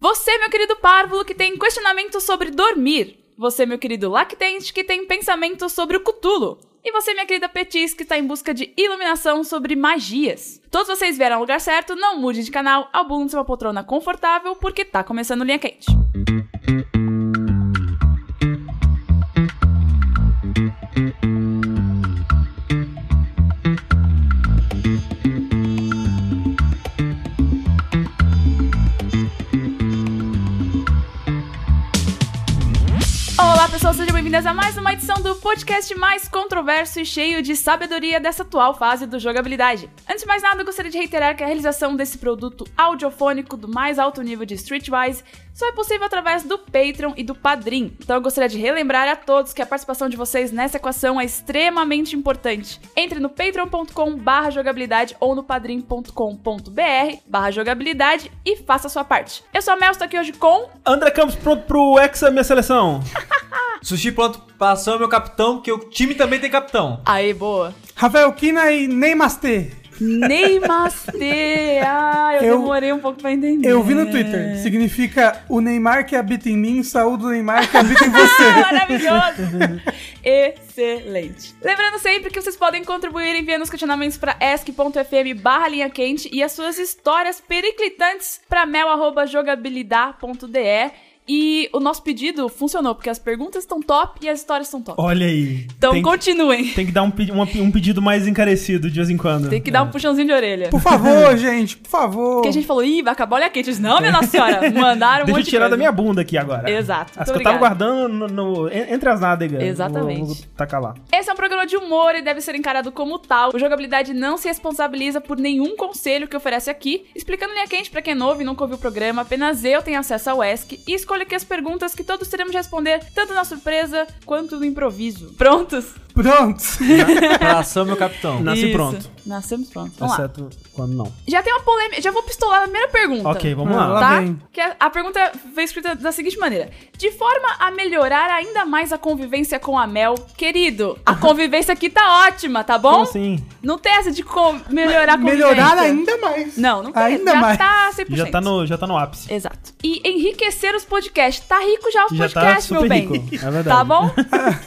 Você, meu querido párvulo, que tem questionamentos sobre dormir. Você, meu querido lactente, que tem pensamentos sobre o cutulo. E você, minha querida Petis, que está em busca de iluminação sobre magias. Todos vocês vieram ao lugar certo, não mude de canal, abunde uma poltrona confortável, porque tá começando Linha Quente. Olá, pessoal, sejam bem-vindas a mais uma edição do podcast mais controverso e cheio de sabedoria dessa atual fase do jogabilidade. Antes de mais nada, eu gostaria de reiterar que a realização desse produto audiofônico do mais alto nível de Streetwise só é possível através do Patreon e do Padrim. Então eu gostaria de relembrar a todos que a participação de vocês nessa equação é extremamente importante. Entre no patreon.com barra jogabilidade ou no padrim.com.br barra jogabilidade e faça a sua parte. Eu sou a Mel, estou aqui hoje com... André Campos pronto pro Hexa, minha seleção. Sushi pronto passou meu capitão, porque o time também tem capitão. Aê, boa! Rafael Kina e Neymastê. Neymastê! Ah, eu, Eu- demorei um pouco pra entender. Eu vi no Twitter. Significa o Neymar que habita em mim, saúde do Neymar que habita em Ah, você. maravilhoso! Excelente. Lembrando sempre que vocês podem contribuir enviando os questionamentos para ask.fm barra linha quente e as suas histórias periclitantes para mel.jogabilidade.de e o nosso pedido funcionou, porque as perguntas estão top e as histórias estão top. Olha aí. então tem, continuem. tem que dar um, pe- uma- um pedido mais encarecido de vez em quando. Tem que dar um puxãozinho de orelha. Por favor, gente, por favor. Porque a gente falou, ih, vai acabar a olha quente. Eu disse, não, minha nossa senhora, mandaram um É. Deixa eu monte de tirar da coisa. minha bunda aqui agora. Exato. As Muito que eu tava obrigada. guardando no, no- en- entre as nádegas. Exatamente. Vou, vou tacar lá. Esse é um programa de humor e deve ser encarado como tal. O Jogabilidade não se responsabiliza por nenhum conselho que oferece aqui. Explicando linha quente pra quem é novo e nunca ouviu o programa, apenas eu tenho acesso ao ESC e escolho aqui as perguntas que todos teremos de responder, tanto na surpresa quanto no improviso. Prontos? Pronto. Passou meu capitão. Nasci Isso. pronto. Tá Nascemos prontos. Vamos lá. Exceto quando não. Já tem uma polêmica. Já vou pistolar na primeira pergunta. Ok, vamos Ah, lá. lá Tá? vem. Que a, a pergunta foi escrita da seguinte maneira: De forma a melhorar ainda mais a convivência com a Mel, querido, a convivência aqui tá ótima, tá bom? Como assim? Não tem essa de com- melhorar a convivência. Melhorar ainda mais. Não, não tem. Ainda já mais. tá 100%. Já tá, no, já tá no ápice. Exato. E enriquecer os podcasts. Tá rico já os Já tá podcasts, meu super bem. rico, é verdade. Tá bom?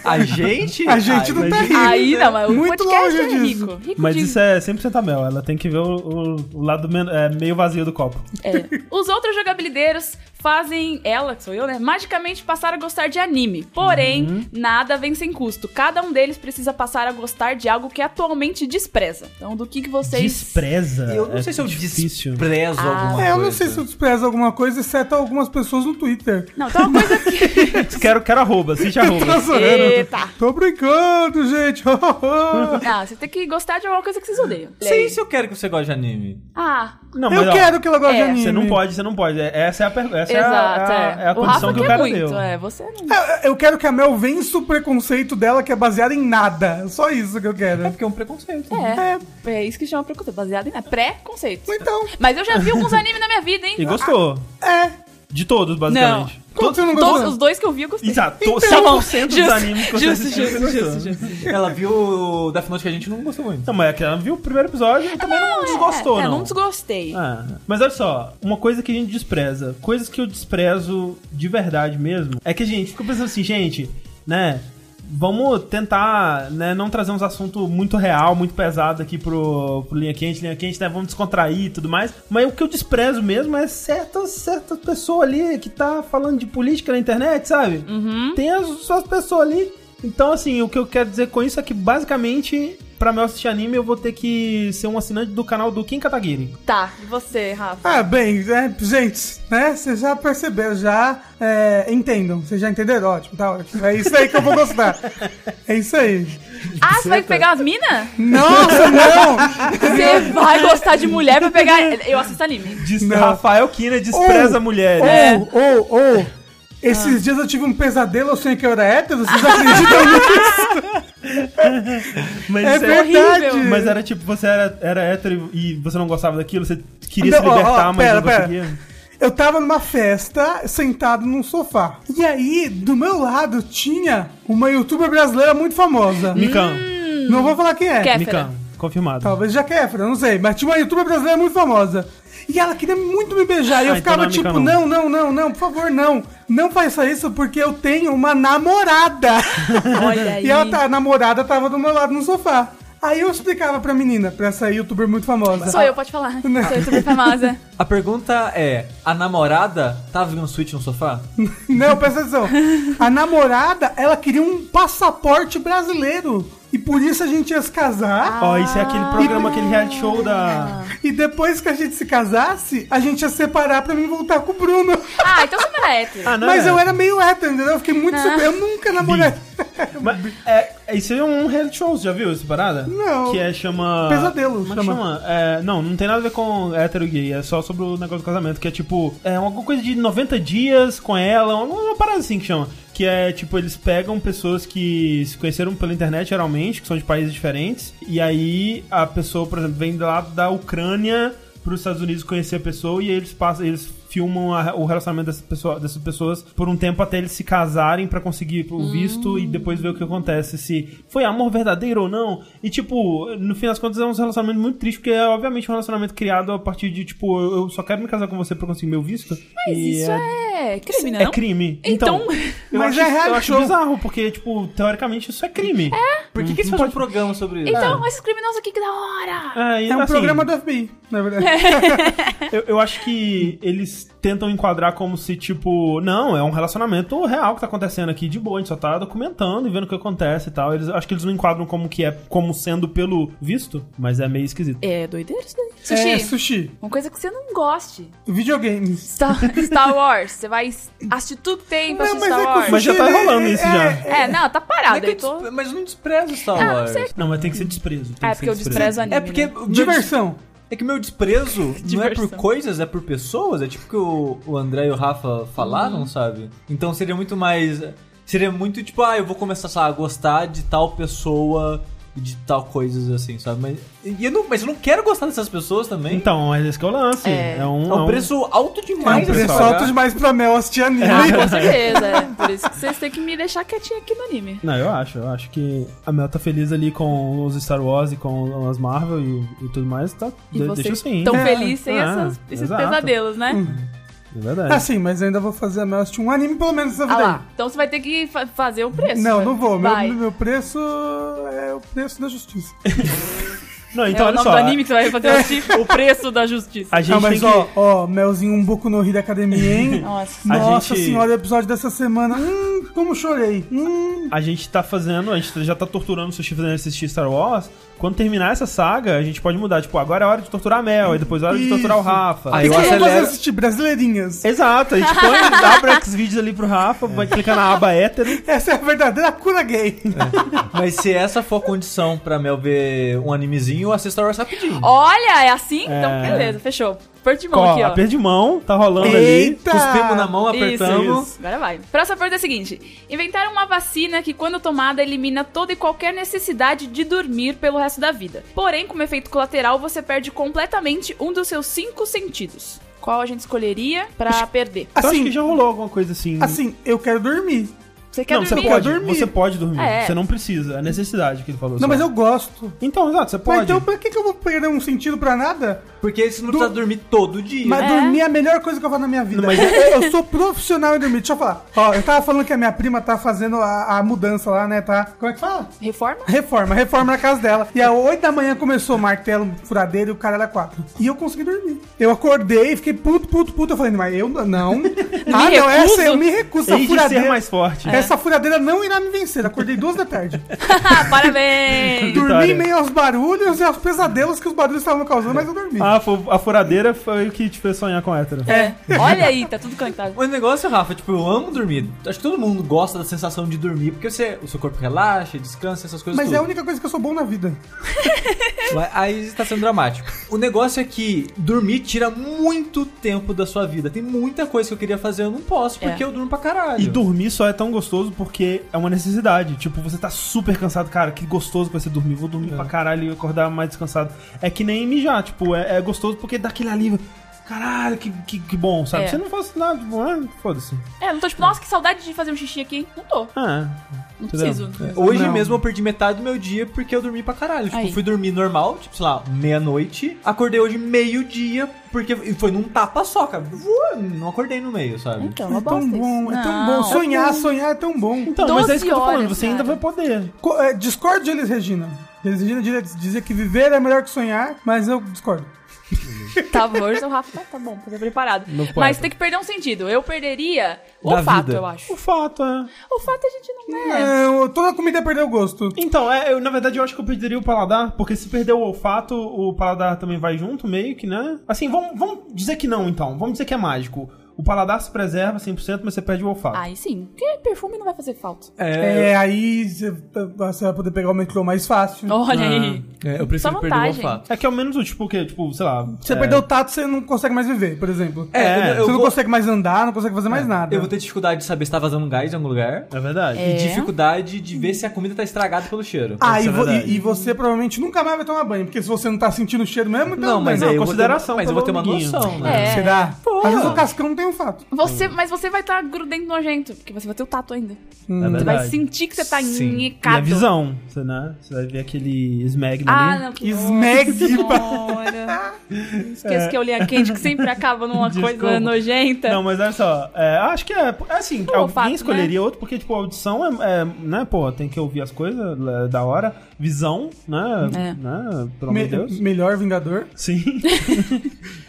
A gente? A gente não tá mas- rindo. Aí não, mas o Muito podcast longe é disso. rico. rico Mas de- isso é 100% a Mel. Ela tem que ver o, o- o lado men- é, meio vazio do copo. É. Os outros jogabilideiros fazem ela, que sou eu, né? Magicamente passar a gostar de anime. Porém, Uhum. nada vem sem custo. Cada um deles precisa passar a gostar de algo que atualmente despreza. Então, do que, que vocês. Despreza. Eu não é sei se eu difícil. desprezo Ah. alguma coisa. É, eu não sei se eu desprezo alguma coisa, exceto algumas pessoas no Twitter. Não, então uma coisa. Quero, quero arroba, assiste Tá arroba. zoando. Eita. Tô brincando, gente. Ah, você tem que gostar de alguma coisa que vocês odeiam. Sei se eu quero que você goste de anime. Ah, Não, eu ó, quero que ela goste É. de anime. Você não pode, você não pode. É- Essa é a, per- essa é a- Exato, a- é. é a o condição Rafa que o quer cara muito, deu. é. Você não. Eu- Eu quero que a Mel vença o preconceito dela, que é baseado em nada. Só isso que eu quero. porque é um preconceito. É, é isso que chama preconceito, baseado em é pré-conceito. Então, Mas eu já vi alguns animes na minha vida, hein? E gostou. Ah, é. De todos, basicamente. Como você não Todos, gostou? os dois que eu vi, eu gostei. né? Exato. Então, Então, 100% dos justo, animes que você justo, assistiu, justo, você gostou. justo, Ela viu o Death Note que a gente não gostou muito. Não, mas é que ela viu o primeiro episódio e também não, desgostou, é, não. não desgostei. Ah, mas olha só, uma coisa que a gente despreza, coisas que eu desprezo de verdade mesmo, é que a gente fica pensando assim, gente, né? Vamos tentar, né, não trazer uns assuntos muito real, muito pesado aqui pro, pro Linha Quente, Linha Quente, né? Vamos descontrair e tudo mais. Mas o que eu desprezo mesmo é certa, certa pessoa ali que tá falando de política na internet, sabe? Tem as suas pessoas ali. Então, assim, o que eu quero dizer com isso é que, basicamente, pra me assistir anime, eu vou ter que ser um assinante do canal do Kim Kataguiri. Tá, e você, Rafa? Ah, bem, é, gente, né? Vocês já perceberam, já é, entendam. Vocês já entenderam? Ótimo, tá ótimo. É isso aí que eu vou gostar. É isso aí. Ah, você vai pegar as minas? Nossa, não! Você vai gostar de mulher pra pegar. Eu assisto anime. Diz- Não. Rafael Kina despreza Ou- mulheres. Ou, ou, ou. Esses dias eu tive um pesadelo, eu sonhei que eu era hétero. Vocês acreditam nisso? Mas, É isso verdade. mas era tipo, você era, era hétero e você não gostava daquilo, você queria se Não, ó, ó, libertar, mas pera, não pera. conseguia. Eu tava numa festa, sentado num sofá. E aí, do meu lado, tinha uma youtuber brasileira muito famosa. Mikan, Não vou falar Hum. quem é. Kéfera. Mikan, confirmado. Talvez já Kéfera, não sei. Mas tinha uma youtuber brasileira muito famosa. E ela queria muito me beijar. E eu Ah, então ficava não é tipo, amiga, não, não. não, não, não, por favor, não. Não faça isso porque eu tenho uma namorada. Olha aí. E ela tá- a namorada tava do meu lado no sofá. Aí eu explicava pra menina, pra essa youtuber muito famosa. Sou eu, pode falar. Sou eu super famosa. A pergunta é: a namorada tava vendo Switch no sofá? Não, presta atenção. A namorada, ela queria um passaporte brasileiro. E por isso a gente ia se Ah. casar. Ó, isso é aquele Ah. programa, aquele reality show da. E depois que a gente se casasse, a gente ia separar pra mim voltar com o Bruno. Ah, então você não era hétero. Ah, não Mas é? eu era meio hétero, entendeu? Eu fiquei Ah. muito super. Eu nunca namorei. um Mas, é, isso é um reality show, você já viu essa parada? Não. Que é, chama... Pesadelo, Como é que chama. chama? É, não, não tem nada a ver com hétero e gay, é só sobre o negócio do casamento, que é tipo, é alguma coisa de 90 dias com ela, uma, uma parada assim que chama. Que é, tipo, eles pegam pessoas que se conheceram pela internet, geralmente, que são de países diferentes, e aí a pessoa, por exemplo, vem lá da Ucrânia para os Estados Unidos conhecer a pessoa e eles passam, eles filmam a- o relacionamento dessa pessoa, dessas pessoas por um tempo até eles se casarem pra conseguir o visto e depois ver o que acontece, se foi amor verdadeiro ou não. E tipo, no fim das contas é um relacionamento muito triste, porque é obviamente um relacionamento criado a partir de tipo, eu eu só quero me casar com você pra conseguir meu visto. Mas E isso é crime, não? é crime. Então, Então- eu Mas acho, é reality eu acho show. bizarro, porque, tipo, teoricamente isso é crime. É? Por que, que eles fazem um programa sobre isso? é Então, Ah. esses criminosos aqui que da hora. É, É um programa do FBI, na É, verdade. É, Eu, eu acho que eles tentam enquadrar como se, tipo, não, é um relacionamento real que tá acontecendo aqui de boa, a gente só tá documentando e vendo o que acontece e tal. Eles, acho que eles não enquadram como que é, como sendo pelo visto, mas é meio esquisito. É doideira isso daí. Sushi, É, sushi. uma coisa que você não goste. Videogames. Star, Star Wars. Você vai assistir tudo que tem pra Não, assistir mas é Star que o Wars. Mas já tá Ele- rolando isso é- já. É, não, tá Mas, parado. que tipo, eu Eu tô... des- mas eu não desprezo Star Ah, não Wars. sei. Não, mas tem que ser desprezo. tem É, que porque eu ser desprezo anime. É porque. né? o meu des- Diversão. É que o meu desprezo não é Diversão. por coisas, é por pessoas. É tipo o que o, o André e o Rafa falaram, Uhum. sabe? Então seria muito mais. Seria muito tipo, ah, eu vou começar sei lá, a gostar de tal pessoa e de tal coisas assim, sabe? Mas, e eu não, mas eu não quero gostar dessas pessoas também. Então, mas esse que é o lance. É. É, um. é um preço alto É demais. assim. um a se preço pagar. tá? alto demais pra Mel assistir anime. Ah, com certeza. é. Por isso que vocês têm que me deixar quietinha aqui no anime. Não, eu acho. Eu acho que a Mel tá feliz ali com os Star Wars e com as Marvel e, e tudo mais. Tá, E de- deixa vocês assim. tão É, felizes sem é, essas- esses exato. pesadelos, né? É verdade. Ah, sim, mas eu ainda vou fazer a Mel assistir um anime pelo menos nessa Ah vida aí. lá. Então você vai ter que fa- fazer o preço. Não, né? não vou. Meu, Vai. meu preço é o preço da justiça. Não, então é o olha nome só. do anime que você vai fazer assistir o preço da justiça. A gente Não, tem mas que... ó, ó, Melzinho, um Boku no Rio da Academia, hein? Nossa. A Nossa gente- senhora, o episódio dessa semana. Hum, como chorei. Hum. A gente tá fazendo, a gente já tá torturando o Sushi fazendo ele assistir Star Wars. Quando terminar essa saga, a gente pode mudar. Tipo, agora é hora de torturar a Mel, aí depois é hora de Isso. torturar o Rafa. Aí Aí eu vamos fazer acelero- é assistir brasileirinhas. Exato, a gente põe, abre X vídeos ali pro Rafa, vai É. clicar na aba hétero. Essa é a verdadeira cura gay. É. Mas se essa for a condição pra Mel ver um animezinho, eu assisto Star Wars rapidinho. Olha, é assim? Então, É. beleza, fechou. Porto de mão Ó, aqui, ó. aperto de mão, tá rolando ali. Eita! Cuspimos na mão, Isso, apertamos. isso. Agora vai. Próxima pergunta é a seguinte: inventaram uma vacina que, quando tomada, elimina toda e qualquer necessidade de dormir pelo resto da vida. Porém, como efeito colateral, você perde completamente um dos seus cinco sentidos. Qual a gente escolheria pra perder? Então acho Assim, que já rolou alguma coisa assim. assim, eu quero dormir. Você quer não, você dormir? pode, Dormir. você pode dormir. É. Você não precisa, é necessidade que ele falou. Não, só. mas eu gosto. Então, exato, você Mas pode. então, pra que, que eu vou perder um sentido pra nada? Porque você não Du- precisa dormir todo dia. Mas É. dormir é a melhor coisa que eu faço na minha vida. Mas- é- eu, eu sou profissional em dormir. Deixa eu falar. Ó, eu tava falando que a minha prima tá fazendo a, a mudança lá, né? Tá. Como é que fala? Reforma? Reforma, reforma na casa dela. E às 8 da manhã começou o martelo, furadeira e o cara era 4. E eu consegui dormir. Eu acordei, fiquei puto, puto, puto. Eu falei, mas eu não. ah, não, recuso. essa eu me recuso. Essa Hei de ser furadeira, É. mais forte. essa furadeira não irá me vencer. Acordei duas da tarde. Ah, parabéns! dormi Vitória. em meio aos barulhos e aos pesadelos que os barulhos estavam causando, mas eu dormi. Ah, fu- a furadeira foi o que te fez sonhar com hétero. É. Olha aí, tá tudo cantado. Mas o negócio, Rafa, tipo, eu amo dormir. Acho que todo mundo gosta da sensação de dormir, porque você, o seu corpo relaxa, descansa, essas coisas mas é a tudo. única coisa que eu sou bom na vida. Mas Aí está sendo dramático. O negócio é que dormir tira muito tempo da sua vida. Tem muita coisa que eu queria fazer, eu não posso, porque É. eu durmo pra caralho. E dormir só é tão gostoso porque é uma necessidade. Tipo, você tá super cansado, cara, que gostoso que vai ser dormir. Vou dormir pra caralho e acordar mais descansado. É que nem mijar, tipo, é, é gostoso porque é dá aquele alívio. caralho, que, que, que bom, sabe? É. Você não faz nada, mano, foda-se. É, não tô tipo, nossa, que saudade de fazer um xixi aqui. Não tô, Ah, não Entendeu? preciso. Hoje Não. mesmo eu perdi metade do meu dia porque eu dormi pra caralho. Tipo, Aí. fui dormir normal, tipo, sei lá, meia-noite. Acordei hoje meio-dia, porque e foi num tapa só, cara. Uu, Não acordei no meio, sabe? Então, É uma bosta tão isso. bom, é tão Não. bom. Sonhar, sonhar é tão bom. então, mas é isso 12 que eu tô falando, horas, você ainda cara. vai poder. Co- é, discordo de Elis Regina. Elis Regina diria- dizia que viver é melhor que sonhar, mas eu discordo. Tá bom, hoje o Rafa tá, tá bom, tá preparado. Meu pai, Mas tá. tem que perder um sentido. Eu perderia o Da fato, vida. eu O acho. fato é. O fato a gente não é. Não, toda comida perdeu o gosto. Então, é, eu, na verdade eu acho que eu perderia o paladar, porque se perder o olfato, o paladar também vai junto, meio que, né? Assim, vamos, vamos dizer que não, então. Vamos dizer que é mágico. O paladar se preserva 100%, mas você perde o olfato. Aí sim, porque perfume não vai fazer falta. É, aí você você vai poder pegar o metrô mais fácil. Olha aí. Ah. É, eu prefiro Só perder o vantagem. olfato. É que ao menos o tipo, que, tipo, sei lá. Você é, perdeu o tato, você não consegue mais viver, por exemplo. É, eu- eu você não vou- É, consegue mais andar, não consegue fazer mais nada. Eu vou ter dificuldade de saber se tá vazando gás em algum lugar. É verdade. É. E dificuldade de ver se a comida tá estragada pelo cheiro. Ah, Isso e, é vo- verdade. e- e você provavelmente nunca mais vai tomar banho, porque se você não tá sentindo o cheiro mesmo, então Não, mas Não, aí eu vou ter, consideração mas pelo eu vou ter uma amiguinho. noção, né? É. Será? Pô. Às vezes o cascão tem um fato. Você, mas você vai estar grudento e nojento, porque você vai ter o tato ainda. É Você verdade. vai sentir que você tá Sim. E a encado. visão, você, né? Você vai ver aquele esmegma Ah, ali. não, que Smeg. Olha. Esqueço que eu li a quente que sempre acaba numa coisa Desculpa. nojenta. Não, mas olha só, é, acho que é, é assim, O alguém olfato, escolheria outro, porque, tipo, audição é, é, né, pô, tem que ouvir as coisas é, da hora, visão, né, É. né, pelo amor Me- de Deus. melhor Vingador. Sim.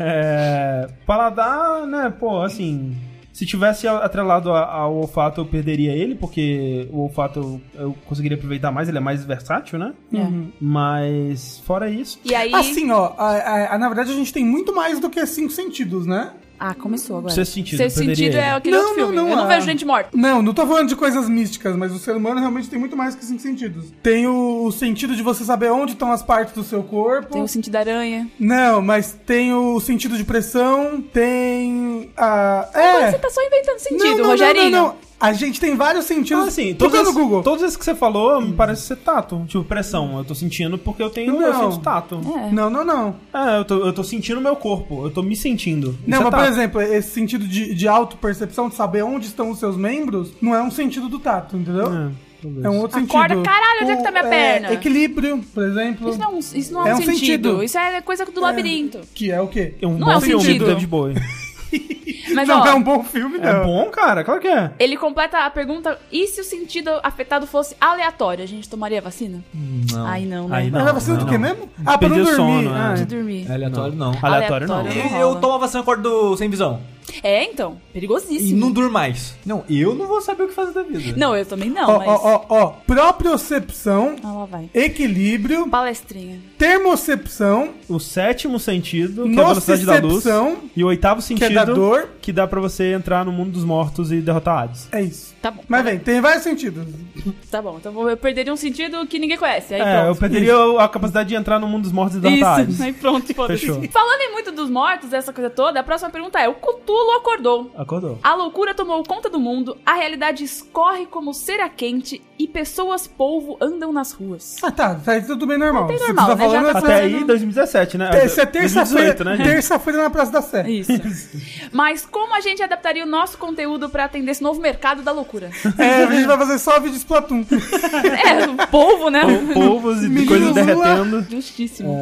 É, paladar, né, pô, assim, se tivesse a- atrelado a- ao olfato, eu perderia ele, porque o olfato eu, eu conseguiria aproveitar mais, ele é mais versátil, né, É. mas fora isso... E aí. Assim, ó, a- a- a- na verdade a gente tem muito mais do que cinco sentidos, né? Ah, começou agora. Sexto sentido, Sexto perderia sentido é ele. aquele Não, outro filme. não, não, eu não ah. vejo gente morta. Não, não tô falando de coisas místicas, mas o ser humano realmente tem muito mais que cinco sentidos. Tem o, o sentido de você saber onde estão as partes do seu corpo. Tem o sentido da aranha. Não, mas tem o sentido de pressão, tem a. É! Você tá só inventando Não, sentido, não, não, Rogerinho. não, não. A gente tem vários sentidos. Então, assim, Tô todos, vendo no Google. Hum. todos esses que você falou me parece ser tato. Tipo, pressão. Eu tô sentindo porque eu tenho. Eu Não. sinto tato. É. Não, não, não. Ah, eu tô, eu tô sentindo meu corpo, eu tô me sentindo. Isso Não, é mas por tato. exemplo, esse sentido de, de auto-percepção, de saber onde estão os seus membros, não é um sentido do tato, entendeu? É, talvez. É um outro Acorda, sentido. caralho, onde é que tá minha perna? Equilíbrio, por exemplo. Isso não é um, isso não é É um um sentido. sentido. Isso é coisa do labirinto. Que é o quê? É um Não bom é um filme sentido. do David Bowie. Mas não ó, é um bom filme, não. é bom, cara? Claro que é. ele completa a pergunta: e se o sentido afetado fosse aleatório? A gente tomaria a vacina? Não. Aí não, né? Aí Mas não. é vacina do não. que mesmo? Ah, pra não Perder dormir. o sono, ah, é. De dormir. É aleatório, não. Aleatório, Aleatório. né? não. rola. Eu tomo a vacina, acordo sem visão. É, então. E Perigosíssimo. não durmo mais. Não, eu não vou saber o que fazer da vida. Não, eu também não, Ó, mas. ó, ó, ó. Propriocepção, Ah, lá vai. equilíbrio, Palestrinha. termocepção, O sétimo sentido, que é a velocidade da luz. nocicepção, E o oitavo que é sentido, da dor. que dá pra você entrar no mundo dos mortos e derrotar Hades. É isso. Tá bom. Mas vem, tem vários sentidos. Tá bom. Então vou- eu perderia um sentido que ninguém conhece. Aí é, eu pronto. perderia a capacidade de entrar no mundo dos mortos e derrotar Isso, Hades. aí pronto, foda-se. Fechou. Falando em muito dos mortos, essa coisa toda, a próxima pergunta é: o Cutulo acordou? Acordou. A loucura tomou conta do mundo, a realidade escorre como cera quente e pessoas polvo andem nas ruas. Ah, tá. Tá aí tudo bem normal. Tem Se normal, tá né? Já falando tá essa- Até fazendo- aí, 2017, né? Essa é terça-feira. 2018, né, gente? terça-feira na Praça da Sé. É Isso. Mas como a gente adaptaria o nosso conteúdo pra atender esse novo mercado da loucura? É, a gente vai fazer só vídeo de Splatoon. É, o polvo, né? Pol- Polvos e Meninos coisas lá. derretendo. Justíssimo.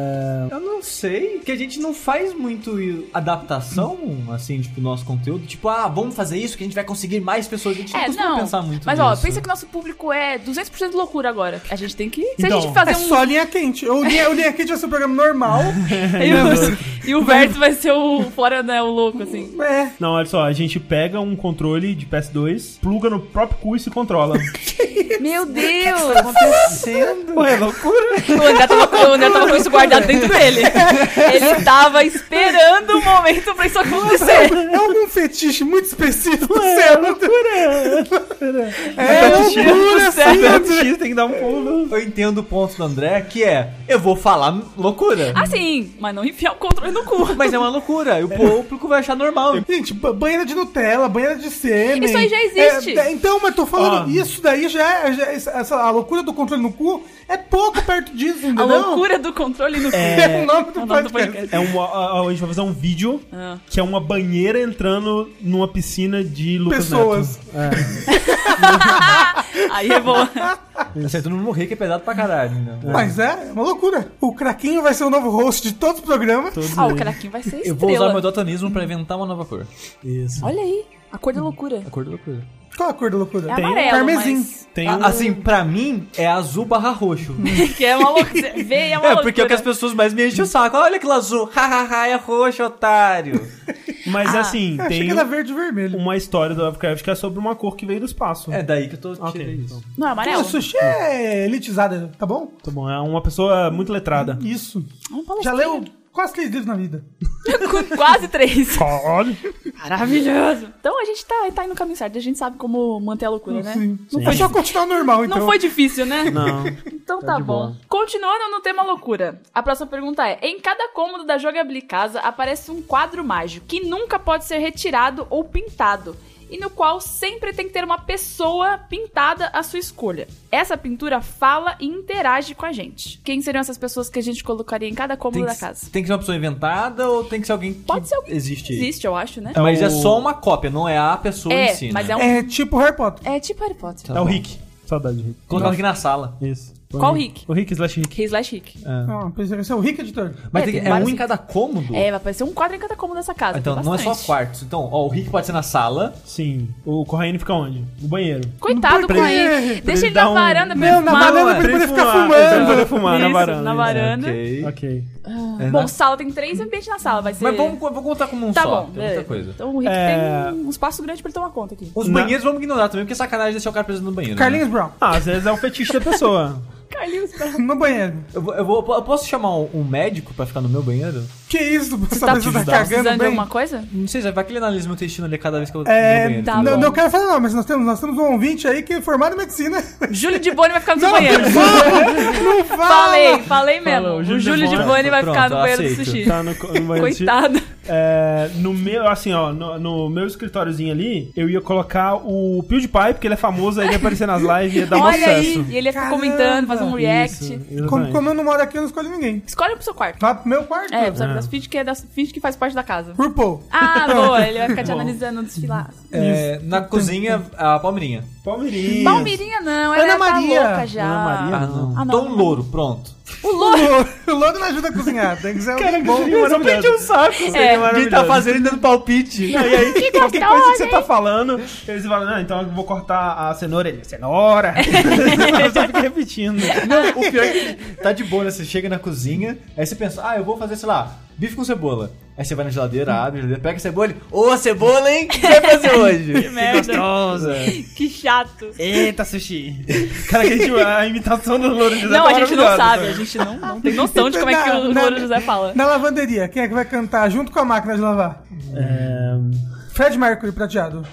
Eu não sei, que a gente não faz muito i- adaptação, assim, tipo, do nosso conteúdo. Tipo, ah, vamos fazer isso que a gente vai conseguir mais pessoas. A gente não É, costuma não. pensar muito Mas ó, nisso. pensa que nosso público é 200% loucura agora. A gente tem que. Se a Então, gente É fazer um. só linha quente. O linha, o linha quente vai ser um programa normal. E o, e o Verso vai ser o fora, né? O louco, assim. É. Não, olha só, a gente pega um controle de PS2, pluga no próprio cu e se controla. Meu Deus! tá acontecendo? Ué, loucura! O André tava, com- o André tava com isso guardado dentro dele. Ele tava esperando o momento pra isso acontecer. É algum fetiche muito específico do É céu. loucura! É loucura, Sim, sim. X tem que dar um pulo. Eu entendo o ponto do André, que é, eu vou falar loucura. Assim, mas não enfiar o controle no cu. Mas é uma loucura, e o público vai achar normal. Gente, ba- banheira de Nutella, banheira de sêmen. Isso aí já existe. É, é, então, mas tô falando, Ó. isso daí já é é. já- essa- essa- a loucura do controle no cu é pouco perto disso, A entendeu? loucura do controle no cu. É o nome É do o nome do podcast. É uma, a, a gente vai fazer um vídeo Ah. que é uma banheira entrando numa piscina de Lucas Pessoas. Neto. Aí é boa. Assim, todo mundo morrer que é pesado pra caralho, né? Mas é, é uma loucura. O Craquinho vai ser o novo host de todos os programas. Todos Ah, o eles. craquinho vai ser estrela. Eu vou usar meu daltonismo pra inventar uma nova cor. Isso. Olha aí, a cor da loucura. A cor da loucura. Qual é a cor da loucura? É Tem um amarelo, carmesim. mas... Tem um- A- Assim, pra mim, é azul barra roxo. Que é uma loucura. Vê, é uma É, loucura. porque é o que as pessoas mais me enchem o saco. Olha aquilo azul. Hahaha, é roxo, otário. mas Ah. assim, Eu achei tem que era verde e Um vermelho. uma história do Lovecraft que é sobre uma cor que veio do espaço. É daí que eu tô tirando Ok, isso. Não, é amarelo. O sushi é elitizada, tá bom? Tá bom, é uma pessoa muito letrada. Isso. Não fala Já besteira. leu quase três livros na vida. É um Com Quase três. Caralho. Maravilhoso. Então a gente tá, tá indo no caminho certo. A gente sabe como manter a loucura, né? Sim. Não É foi só continuar normal, então. Não foi difícil, né? Não. Então tá, de bom. boa. Continuando no tema loucura, a próxima pergunta é: Em cada cômodo da Jogabilicasa aparece um quadro mágico que nunca pode ser retirado ou pintado. E no qual sempre tem que ter uma pessoa pintada à sua escolha. Essa pintura fala e interage com a gente. Quem seriam essas pessoas que a gente colocaria em cada cômodo Tem da que, casa? tem que ser uma pessoa inventada ou tem que ser alguém que Pode ser alguém que existe? Existe, eu acho, né? É Mas o- é só uma cópia, não é a pessoa É, em si. mas né? é um. É tipo Harry Potter. É tipo Harry Potter. Tá é o bom. Rick. Saudade do Rick. Colocar aqui na sala. Isso. Qual Rick? O Rick slash Rick. Que slash Rick. É. Não, pensei que ia ser o rico editor. Mas É, tem que- tem é vários- um em cada cômodo? É, vai aparecer um quadro em cada cômodo dessa casa. Então, tem não é só bastante. quartos. Então, ó, o Rick pode ser na sala. Sim. O Corraine fica onde? No banheiro. Coitado Por com quê? ele. Pra Deixa ele ele na dar um- varanda pra Não, na fumar, varanda ué. pra ele poder ficar fumar, pra ele fumando. poder fumar na Isso, varanda. na isso. varanda. Ok. Ok. É, Né? Bom, na- sala tem três ambientes na sala, vai ser. Mas vamos, vamos contar como um Tá só. bom, tem muita beleza. coisa. Então o Rick É. tem um espaço grande pra ele tomar conta aqui. Os Na- banheiros vamos ignorar também, porque é sacanagem deixar o cara preso no banheiro. né? Carlinhos Brown, Ah, às vezes é o fetiche da pessoa. Carlinhos, pra- tá no banheiro. Eu, vou- eu vou- eu posso chamar um, um médico pra ficar no meu banheiro? Que isso? Você tá tá, você tá precisando cagando de bem? alguma coisa? Não sei, vai que ele analisa meu intestino ali cada vez que eu vou no É, banheiro. tá não, bom. não quero falar não, mas nós temos, nós temos um ouvinte aí que é formado em medicina. Júlio de Boni vai ficar no seu Não, banheiro. não fala! Não fala! Falei, falei mesmo. Falou, o Júlio de Júlio de Boni. Boni vai Pronto, ficar no eu banheiro do aceito. sushi. Tá no, no banheiro de- Coitado. É, no meu, assim, ó, no, no meu escritóriozinho ali, eu ia colocar o PewDiePie, porque ele é famoso, aí ele ia aparecer nas lives e ia dar um Olha aí, sucesso. e ele ia ficar Caramba. comentando, fazer um react. Isso, Como, exatamente. como eu não moro aqui, eu não escolho ninguém. Escolhe pro seu quarto. Vá pro meu quarto. É, pro seu Ah. das finge que, é das, finge que faz parte da casa. RuPaul. Ah, boa, ele vai ficar te analisando desfilar. É, na cozinha, a Palmeirinha. Palmeirinhas. Palmeirinha não, ela Ana tá Maria. louca já. Ana Maria. Ah, não. Ah, não. Tom Louro, pronto. O Louro. O Lodo não ajuda a cozinhar, tem que ser Cara, alguém que bom. seria maravilhoso. um saco. É. Quem tá fazendo e dando palpite. E aí, qualquer gostosa, coisa que você hein? tá falando, eles falam, não, então eu vou cortar a cenoura. Ele, cenoura! eu só fiquei repetindo. Não, o pior é que tá de boa, né? Você chega na cozinha, aí você pensa, ah, eu vou fazer, sei lá, bife com cebola. Aí você vai na geladeira, abre a geladeira, pega a cebola e, ô, cebola, hein? O que vai fazer Que hoje? merda. Gostosa! Que chato. Eita, sushi! É. Cara, que a, gente, a imitação do Louro José Não, tá a gente não maravilhosa. né? sabe, a gente não, não tem noção de como é que o Na- Louro na- José fala. Na lavanderia, quem é que vai cantar junto com a máquina de lavar? É... Fred Mercury prateado.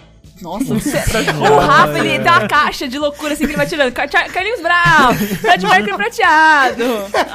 Nossa, você- o Rafa, ele tem uma caixa de loucura assim que ele vai tirando. Car- Car- Carlinhos Brown, Fred Mercury é prateado.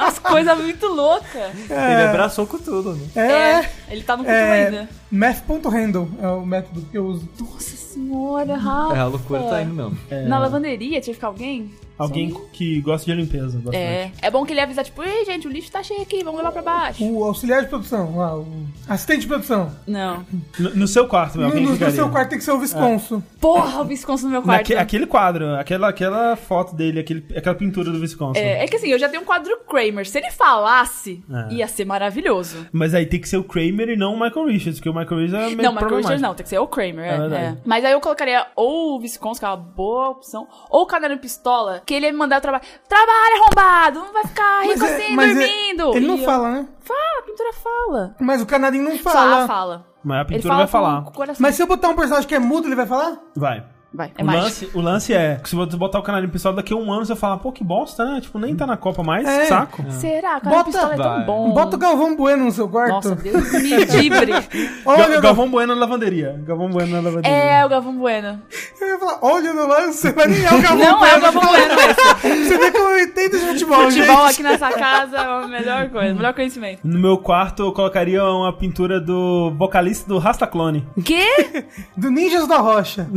As coisas muito loucas. Ele abraçou com tudo, né? É. É, ele tá no culto É. ainda. Math.handle é o método que eu uso. Nossa senhora, Rafa. É, a loucura tá indo mesmo. É. Na lavanderia tinha que ficar alguém? É. Alguém que gosta de limpeza, bastante. É. É bom que ele avisa, tipo, ei, gente, o lixo tá cheio aqui, vamos levar pra baixo. O auxiliar de produção, lá, o assistente de produção. Não. No, no seu quarto, meu, No, alguém Hum, no- no ficaria. seu quarto tem que ser o É. Visconso. Porra, o Visconso no meu quarto. Naque, aquele quadro, aquela, aquela foto dele, aquele, aquela pintura do Wisconsin. É, é que assim, eu já tenho um quadro Kramer. Se ele falasse, É. ia ser maravilhoso. Mas aí tem que ser o Kramer e não o Michael Richards, porque o Michael Richards é meio Não, Michael problemático. Richards não, tem que ser o Kramer. É É, verdade. é. Mas aí eu colocaria ou o Visconso, que é uma boa opção, ou o Canário Pistola, que ele ia me mandar trabalho. Trabalha, arrombado! Não vai ficar rico é- assim, é- dormindo! ele não E eu- fala, né? Fala, a pintura fala. Mas o canarinho não Fala, fala. fala. Mas a Ele pintura fala vai com- falar. Com o coração. Mas se eu botar um personagem que é mudo, ele vai falar? Vai. Vai, é O mágico. lance, o lance é, que se você botar o canal em pessoal daqui a um ano, você fala, pô, que bosta, né? Tipo, nem tá na Copa mais, É. saco. Será? O Canário Bota- Pistola é tão Vai. bom. Bota o Galvão Bueno no seu quarto. Nossa, Deus me dibre. Ga- Olha, o Galvão... Galvão Bueno na lavanderia. Galvão Bueno na lavanderia. Hum. É, o Galvão Bueno. Eu ia falar, olha no lance, mas nem é o Galvão Não é o Bueno. Galvão Bueno esse. Você vê como eu entendo de Futebol futebol, gente. aqui nessa casa é a melhor coisa, o melhor conhecimento. No meu quarto, eu colocaria uma pintura do vocalista do Rasta Clone. Quê? Do Ninjas da Rocha.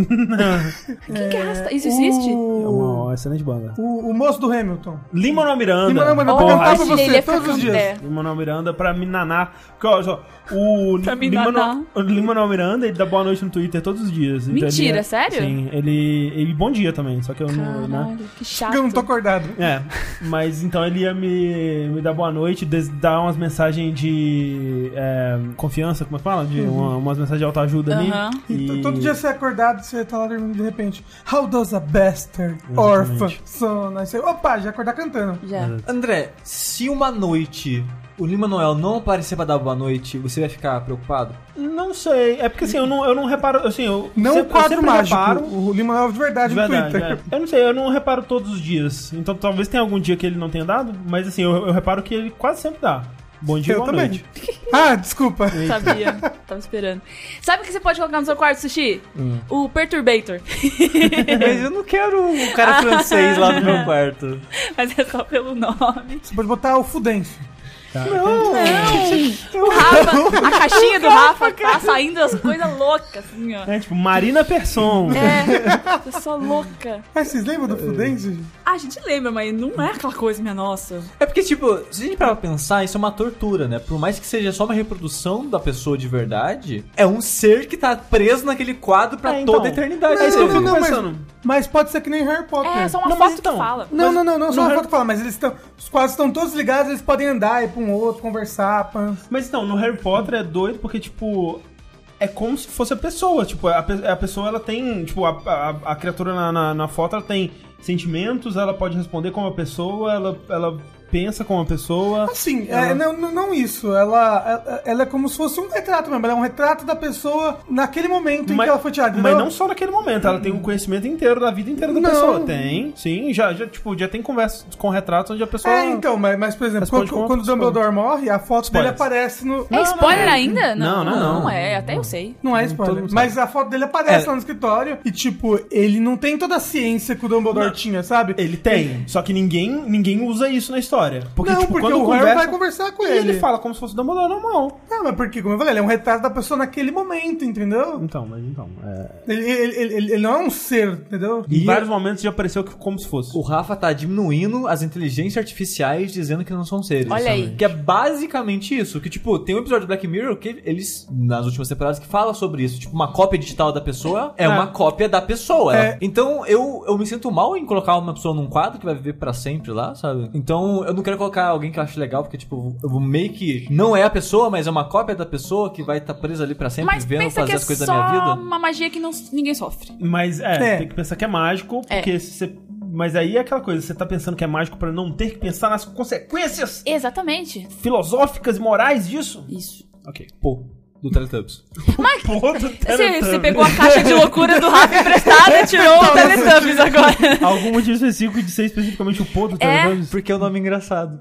Quem que arrasta? Isso existe? É Uh. uma excelente banda. O, o moço do Hamilton. Limonel Miranda. Limonel Miranda, Porra, pra cantar pra esse- Imagina, você ele ia ficar todos os com dias. ideia. Limonel Miranda pra minanar. Porque, ó, só, o Pra Li- minanar. Limonel- o Limonel Miranda, ele dá boa noite no Twitter todos os dias. Então Mentira, ele é- sério? Sim, ele, ele bom dia também, só que eu não, né? Caralho, que chato. Eu não tô acordado. É, mas então ele ia me, me dar boa noite, des- dar umas mensagens de é, confiança, como é que fala? De uma- umas mensagens de autoajuda Aham. ali. E t- E- todo dia você é acordado, você tá lá dormindo de repente. How does a bastard orphan son? Aí você, opa, já acordar cantando. Já. André, se uma noite o Lima Noel não aparecer pra dar boa noite, você vai ficar preocupado? Não sei, é porque assim, eu não, eu não reparo, assim, eu Não sempre, eu o quadro sempre mágico, reparo, o Lima Noel de verdade, De verdade, no Twitter. é. Eu não sei, eu não reparo todos os dias. Então talvez tenha algum dia que ele não tenha dado, mas assim, eu, eu reparo que ele quase sempre dá. Bom dia, Eu boa também. noite. Ah, desculpa. Sabia, tava esperando. Sabe o que você pode colocar no seu quarto, Sushi? O Perturbator. Mas eu não quero um cara francês lá no meu quarto. Mas é só pelo nome. Você pode botar o Fudense. O Rafa, a caixinha do Rafa tá saindo as coisas loucas, assim, ó. É tipo, Marina Persson. É, pessoa louca. Mas vocês lembram do Fudense? gente? Ah, a gente lembra, mas não é aquela coisa minha nossa. É porque, tipo, se a gente parar pra pensar, isso é uma tortura, né? Por mais que seja só uma reprodução da pessoa de verdade, é um ser que tá preso naquele quadro pra É, então. toda a eternidade. É isso que eu né? fico não, mas- pensando. Mas pode ser que nem Harry Potter. É, só uma Não, mas foto então, que fala. Não, não, não, não, no só uma Harry- foto que fala, mas eles estão. Os quadros estão todos ligados, eles podem andar, ir pra um outro, conversar. Pá. Mas então, no Harry Potter é doido porque, tipo. É como se fosse a pessoa. Tipo, a, pe- a pessoa ela tem. Tipo, a, a- a criatura na, na, na foto ela tem sentimentos, ela pode responder como a pessoa, ela, ela pensa como a pessoa. Assim, é, Ela- não, não, não isso. Ela, ela, ela é como se fosse um retrato mesmo. Ela é um retrato da pessoa naquele momento em que ela foi tirada. Mas Então, não só naquele momento, ela tem o conhecimento inteiro da vida inteira da Não. pessoa. Tem, sim, já, já, tipo, já tem conversas com retratos onde a pessoa. É, então, mas, mas por exemplo, Responde quando, com quando o outras Dumbledore morre, a foto dele Spoilers. aparece no. É spoiler ainda? Não, não, não. Não é, até eu sei. Não é todo spoiler. mundo Mas a foto dele aparece É. lá no escritório e, tipo, ele não tem toda a ciência que o Dumbledore tinha, sabe? Ele tem, só que ninguém, ninguém usa isso na história. Porque, não, tipo, porque quando o Harry conversa, vai conversar com ele, ele. fala como se fosse o Dumbledore normal. Não, mas porque, como eu falei, ele é um retrato da pessoa naquele momento, entendeu? Então, mas então. é- Ele, ele, ele- ele- ele não é um ser, entendeu? Em E- vários momentos já apareceu que- como se fosse. O Rafa tá diminuindo as inteligências artificiais dizendo que não são seres. Olha aí. Que é basicamente isso. Que, tipo, tem um episódio do Black Mirror que eles, nas últimas temporadas, que fala sobre isso. Tipo, uma cópia digital da pessoa é, É. uma cópia da pessoa. É. Então, eu, eu me sinto mal em colocar uma pessoa num quadro que vai viver pra sempre lá, sabe? Então, eu não quero colocar alguém que eu acho legal, porque, tipo, eu vou meio que não é a pessoa, mas é uma cópia da pessoa que vai estar presa ali pra sempre, Mas vendo pensa fazer que é as coisas só da minha vida. uma magia que não, ninguém sofre. Mas é, É. tem que pensar que é mágico, É. porque se você. Mas aí é aquela coisa, você tá pensando que é mágico pra não ter que pensar nas consequências Exatamente. filosóficas e morais disso? Isso. Ok. Pô, do Teletubbies. Pô, do Você, Teletubbies. você pegou a caixa de loucura do Rafa emprestada e tirou o Teletubbies agora. Algum motivo específico de ser especificamente o pô do Teletubbies? Porque é um nome engraçado.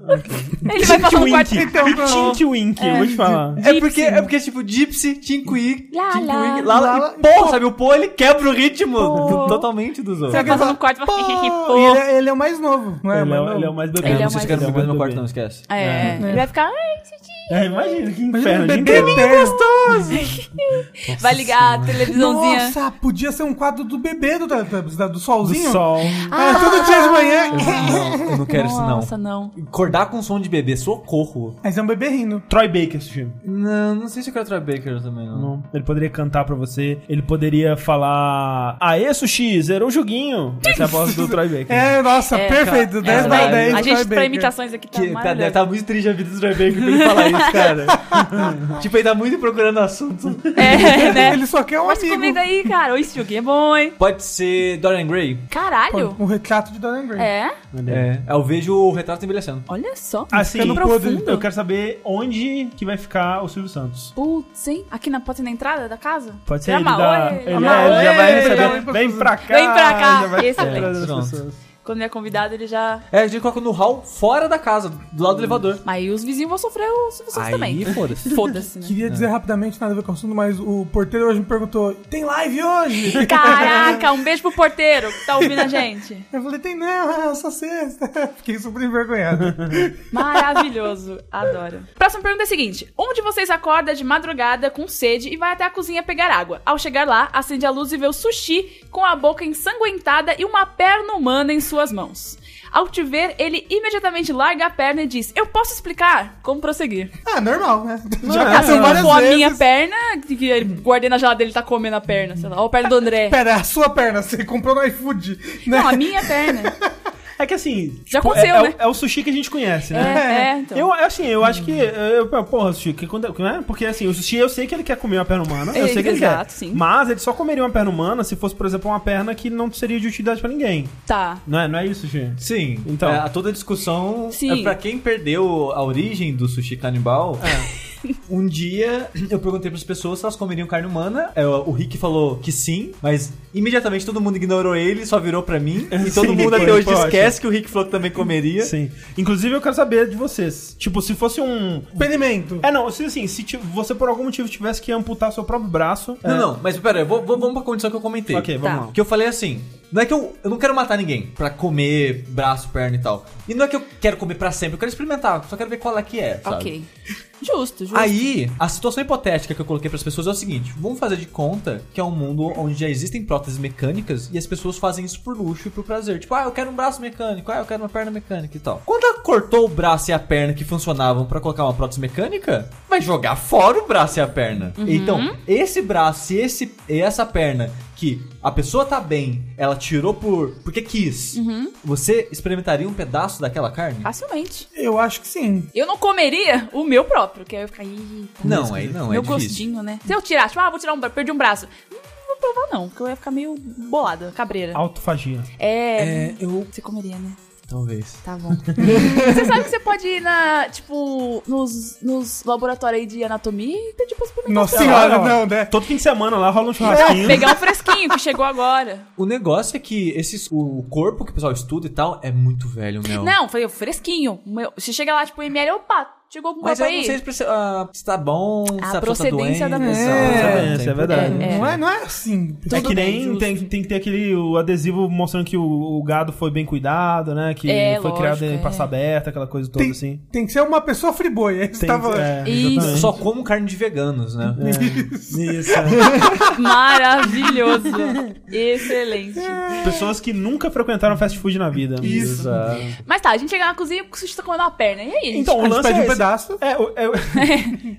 Ele vai passar no quarto. Então, Tinti Wink, eu vou te falar. É porque, é porque, tipo, Gypsy, Tinkwig, Lá, Tinkwig, lá. Lala, Lala, e Pô, sabe? O Pô, ele quebra o ritmo Pô. do- totalmente dos Vai outros. passar no quarto e vai Pô, e ele, é, ele é o mais novo, não é? Ele é, Mais o- ele é o novo. mais bebê. Ele é não o sei se mais- quero Ele é o beber no meu quarto, bebê. não, esquece. É, ele vai ficar. "Ai, Titi". É, imagina que Imagina inferno. um de bebê inferno. eterno. Vai ligar a televisãozinha. Nossa, podia ser um quadro do bebê do Teletubbies, da- do solzinho. Do sol. É, todo Ah. dia de manhã. Não, eu não quero isso, Nossa, não. não. Acordar com som de bebê, socorro. Mas é um bebê rindo. Troy Baker, esse filme. Não, não sei se eu quero Troy Baker também, não. Não. Ele poderia cantar pra você. Ele poderia falar. Aê, sushi, zerou o joguinho. Essa é a voz do Troy Baker. É, nossa, É, perfeito. 10 É, barra vai. 10. a gente Troy pra Baker. imitações aqui tá Que, tá, deve maravilhoso. tá muito triste a vida do Troy Baker pra ele falar isso, cara. tipo, ele tá muito procurando assunto. É, né? Ele só quer um Mas amigo. comigo aí, cara. Ô, Esse joguinho é bom, hein? Pode ser Dorian Gray? Caralho. O um retrato de Dorian Gray. É? É. Eu vejo o retrato envelhecendo. Olha só. Assim, ficando profundo. eu quero saber onde que vai ficar o Silvio Santos. Putz, hein? Aqui na porta da entrada da casa? Pode ser Será ele, Maoi? dá, ele, Maoi. é, ele já vai Maoi. receber. Vem pra cá. Vem pra cá. já vai Esse ficar é atrás das pronto. pessoas. Quando ele é convidado, ele já. É, a gente coloca no hall fora da casa, do lado do elevador. Mas aí os vizinhos vão sofrer os vocês também. foda-se. Foda-se, né? É. Queria dizer rapidamente, nada a ver com o assunto, mas o porteiro hoje me perguntou: tem live hoje? Caraca, um beijo pro porteiro que tá ouvindo a gente. Eu falei: tem não, é só sexta. Fiquei super envergonhado. Maravilhoso, adoro. Próxima pergunta é a seguinte: Um de vocês acorda de madrugada com sede e vai até a cozinha pegar água? Ao chegar lá, acende a luz e vê o sushi com a boca ensanguentada e uma perna humana em suas mãos. Ao te ver, ele imediatamente larga a perna e diz: Eu posso explicar como prosseguir. ah, normal, é, né? aconteceu Assim, várias com a vezes. minha perna, que que ele guardei na geladeira, ele tá comendo a perna, sei lá. Ó, a perna do André. Pera, a sua perna, você comprou no iFood, né? Não, a minha perna. É que assim. Já tipo, aconteceu, é, é né? o- é o sushi que a gente conhece, É, né? é, então. Eu, assim, eu acho que. Eu, eu- porra, sushi, que quando, né? Porque assim, o sushi eu sei que ele quer comer uma perna humana. Eu É, sei que ele exato, quer. sim. Mas ele só comeria uma perna humana se fosse, por exemplo, uma perna que não seria de utilidade pra ninguém. Tá. Não é, não é isso, gente? Sim, Então. então. É, toda a discussão Sim. é pra quem perdeu a origem do sushi canibal. É. Um dia eu perguntei pras pessoas se elas comeriam carne humana. é, O Rick falou que sim, mas imediatamente todo mundo ignorou ele, só virou pra mim. E todo Sim, mundo até foi, hoje foi esquece que o Rick falou que também comeria. Sim. Inclusive, eu quero saber de vocês. Tipo, se fosse um. Experimento. É, não, se assim, se ti- você por algum motivo tivesse que amputar seu próprio braço. é- Não, não, mas pera, eu vou, vou- vamos pra condição que eu comentei. Ok, vamos Tá. lá. Que eu falei assim, não é que eu, eu não quero matar ninguém pra comer braço, perna e tal. E não é que eu quero comer pra sempre, eu quero experimentar, só quero ver qual é que é, sabe? Ok. Justo, justo. Aí, a situação hipotética que eu coloquei para as pessoas é o seguinte: vamos fazer de conta que é um mundo onde já existem próteses mecânicas e as pessoas fazem isso por luxo e por prazer. Tipo, ah, eu quero um braço mecânico, ah, eu quero uma perna mecânica e tal. Quando ela cortou o braço e a perna que funcionavam para colocar uma prótese mecânica, vai jogar fora o braço e a perna. Uhum. Então, esse braço e, esse, e essa perna que a pessoa tá bem, ela tirou por porque quis. Uhum. Você experimentaria um pedaço daquela carne? Facilmente. Eu acho que sim. Eu não comeria o meu próprio, que aí eu ia ficar. Eita, Não, aí não, é meu difícil. gostinho, né? Se eu tirar, tipo, ah, vou tirar um braço, perdi um braço. Hum, Não vou provar, não, porque eu ia ficar meio bolada, cabreira. Autofagia. É. É, eu Você comeria, né? talvez. Tá bom. você sabe que você pode ir na, tipo, nos, nos laboratórios aí de anatomia e pedir pra experimentar. Nossa Sei lá, senhora, ó, não, né? Todo fim de semana lá rola um churrasquinho. Pegar um fresquinho que chegou agora. O negócio é que esses, o corpo que o pessoal estuda e tal é muito velho, meu. Não, foi o fresquinho. Meu, você chega lá, tipo, ML, opa, chegou com Mas coisa eu não aí. sei se, preci- ah, se tá bom, um A se tá a pessoa tá procedência da doente. sabe? pessoa. É, isso é Tem- verdade. É. Não, é, não é assim. É Tudo que bem, nem justo. tem, tem que ter aquele o adesivo mostrando que o, o gado foi bem cuidado, né? Que É, foi lógico, criado em é. passa aberta, aquela coisa toda Tem, assim. tem que ser uma pessoa friboi, é isso Tem, que você tá falando. é, Isso. exatamente. Só como carne de veganos, né? Isso, é. Maravilhoso. Excelente. Pessoas que nunca frequentaram fast food na vida. Isso. Exato. Mas tá, a gente chega na cozinha e o sushi tá comendo uma perna. E aí? Então, A o gente lance pede é um esse. pedaço. É, eu, eu,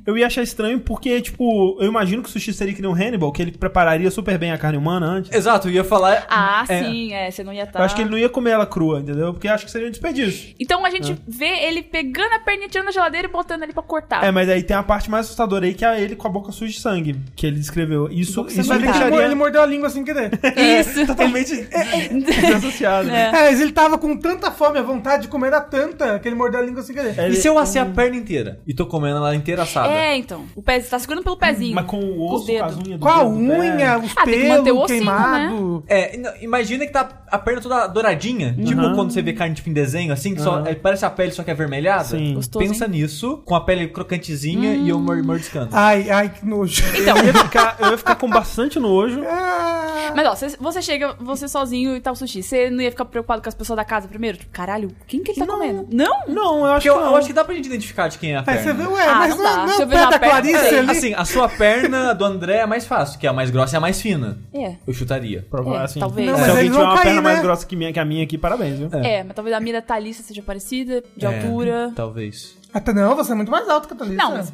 eu ia achar estranho porque, tipo, eu imagino que o sushi seria que nem um Hannibal, que ele prepararia super bem a carne humana antes. Exato, eu ia falar. Ah, É. sim, é, você não ia estar. Eu acho que ele não ia comer ela crua, entendeu? Porque eu acho que seria um desperdício. Então a gente É. vê ele pegando a perna, e tirando a geladeira e botando ali pra cortar. É, mas aí tem a parte mais assustadora aí, que é ele com a boca suja de sangue, que ele descreveu. Isso, Boca isso Mas sangrenta. ele, que deixaria mor- ele mordeu a língua sem querer. É. É, Isso. totalmente desassociado. É. É, mas ele tava com tanta fome, a vontade de comer era tanta, que ele mordeu a língua sem querer. É, E se eu assei a perna inteira? E tô comendo ela inteira assada? É, então. O pé, você tá segurando pelo pezinho. Mas com o Com o osso, dedo. com as unhas do Com a dedo, né? unha, os Ah, tem que manter o pelos ossinho, queimado. É, e não- imagina que tá a perna toda douradinha. Tipo quando você vê carne tipo em desenho, assim, que só, Aham. é, parece a pele só que é avermelhada. Sim. Gostoso, Hum. Pensa nisso, com a pele crocantezinha e eu mor- mordiscando. Ai, ai, que nojo. Então, Eu ia, ficar, eu ia ficar com bastante nojo. Ah, mas ó, você, você chega, você sozinho e tá o sushi. Você não ia ficar preocupado com as pessoas da casa primeiro? Tipo, caralho, quem que ele tá comendo? Não? Não, eu acho Porque eu, que não. eu acho que dá pra gente identificar de quem é a Aí perna. você vê, ué, Ah, mas não não, dá. não, é Se eu vejo o pé uma da perna, Clarice sei. ali. Assim, a sua perna a do André é mais fácil, que a mais grossa é a mais fina. É. Eu chutaria. Prova- É, assim, talvez. Não, Se mas alguém eles tiver vão uma cair, perna mais né? grossa que, minha, que a minha aqui, parabéns, viu? É, mas talvez a mira da Thalissa seja parecida, de É, altura. Talvez. Até não, você é muito mais alto que a Tá Thalissa. Não, mas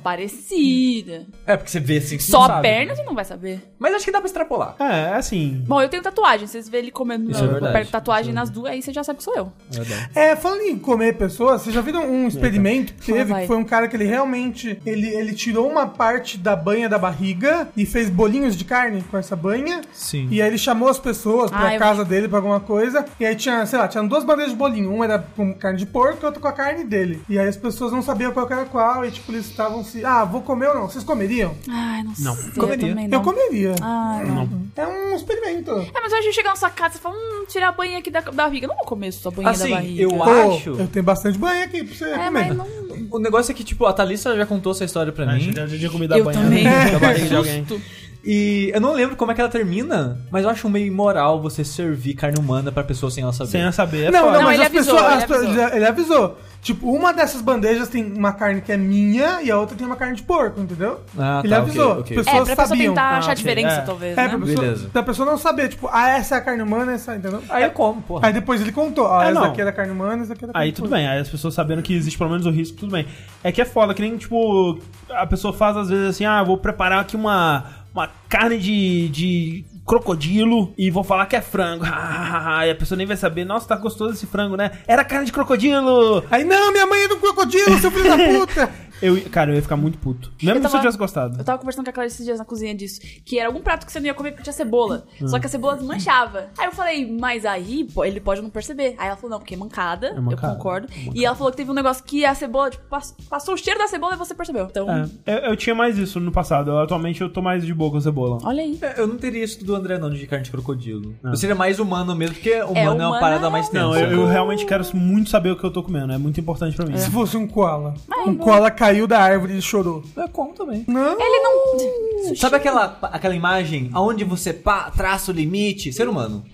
parecida. É, porque você vê assim. você Só não a sabe. perna você não vai saber. Mas acho que dá pra extrapolar. É, é assim. Bom, eu tenho tatuagem. Vocês vê ele comendo Isso é eu verdade. pego tatuagem nas duas, aí você já sabe que sou eu. É, falando em comer pessoas, vocês já viram um experimento que Fala, teve, vai. que foi um cara que ele realmente, ele, ele tirou uma parte da banha da barriga e fez bolinhos de carne com essa banha. Sim. E aí ele chamou as pessoas pra Ah, eu casa dele, pra alguma coisa. E aí tinha, sei lá, tinha duas bandejas de bolinho. Uma era com carne de porco e outra com a carne dele. E aí as pessoas não sabiam qual que era qual e, tipo, eles estavam se... Ah, vou comer ou não? Vocês comeriam? Ai, não, Não. sei. Comeria. Eu, também Eu não. Ah. comeria. Ai, não. É um experimento. É, mas hoje eu chegar na sua casa e falar, hum, tirar a banha aqui da da barriga. Eu não vou comer sua banha Assim, da barriga. eu Pô, acho. Eu tenho bastante banho aqui pra você É, comer. mas não. O negócio é que, tipo, a Thalissa já contou essa história pra mim. Eu Ah, já comi Eu também. É. da né? barriga de alguém. Justo. E eu não lembro como é que ela termina, mas eu acho meio imoral você servir carne humana pra pessoa sem ela saber. Sem eu saber. é Não, foda. não, Não, mas ele as avisou, pessoas. ele as pessoas- avisou. já- ele avisou. Tipo, uma dessas bandejas tem uma carne que é minha e a outra tem uma carne de porco, entendeu? Ah, ele tá, avisou. ok, ok. As É, pessoas pra pessoa sabiam. tentar Ah, achar a ok, diferença, é. talvez, É, né? pra pessoa, Beleza. da pessoa não saber, tipo, ah, essa é a carne humana, essa, entendeu? Aí eu como, porra. Aí depois ele contou, ó, Ah. É, essa não. aqui é da carne humana, essa aqui é da carne Aí tudo porco. bem, aí as pessoas sabendo que existe pelo menos o risco, tudo bem. É que é foda, que nem, tipo, a pessoa faz às vezes assim, ah, vou preparar aqui uma, uma carne de, de crocodilo e vou falar que é frango. e a pessoa nem vai saber, nossa, tá gostoso esse frango, né? Era carne de crocodilo! Aí, não, minha mãe é do crocodilo, seu filho da puta! Eu, cara, eu ia ficar muito puto. Mesmo Eu se eu tava- tivesse gostado. Eu tava conversando com a Clarice esses dias na cozinha disso. Que era algum prato que você não ia comer porque tinha cebola. Só que a cebola manchava. Aí eu falei, mas aí pô, ele pode não perceber. Aí ela falou, não, porque é mancada. mancada, Eu concordo. E ela falou que teve um negócio que a cebola, tipo, pass- passou o cheiro da cebola e você percebeu. Então, É, eu, eu tinha mais isso no passado, eu- atualmente eu tô mais de boa com cebola. olha aí. É, Eu não teria isso do André, não, de carne de crocodilo. Eu seria mais humano mesmo, porque humano é, uma humano parada é- mais tensa. Não, eu, eu realmente quero muito saber o que eu tô comendo, é muito importante pra mim. Se fosse um koala. um koala caiu da árvore e chorou. Eu como É também. Não, Ele não. Sabe aquela, aquela imagem aonde você pá, traça o limite? Ser humano.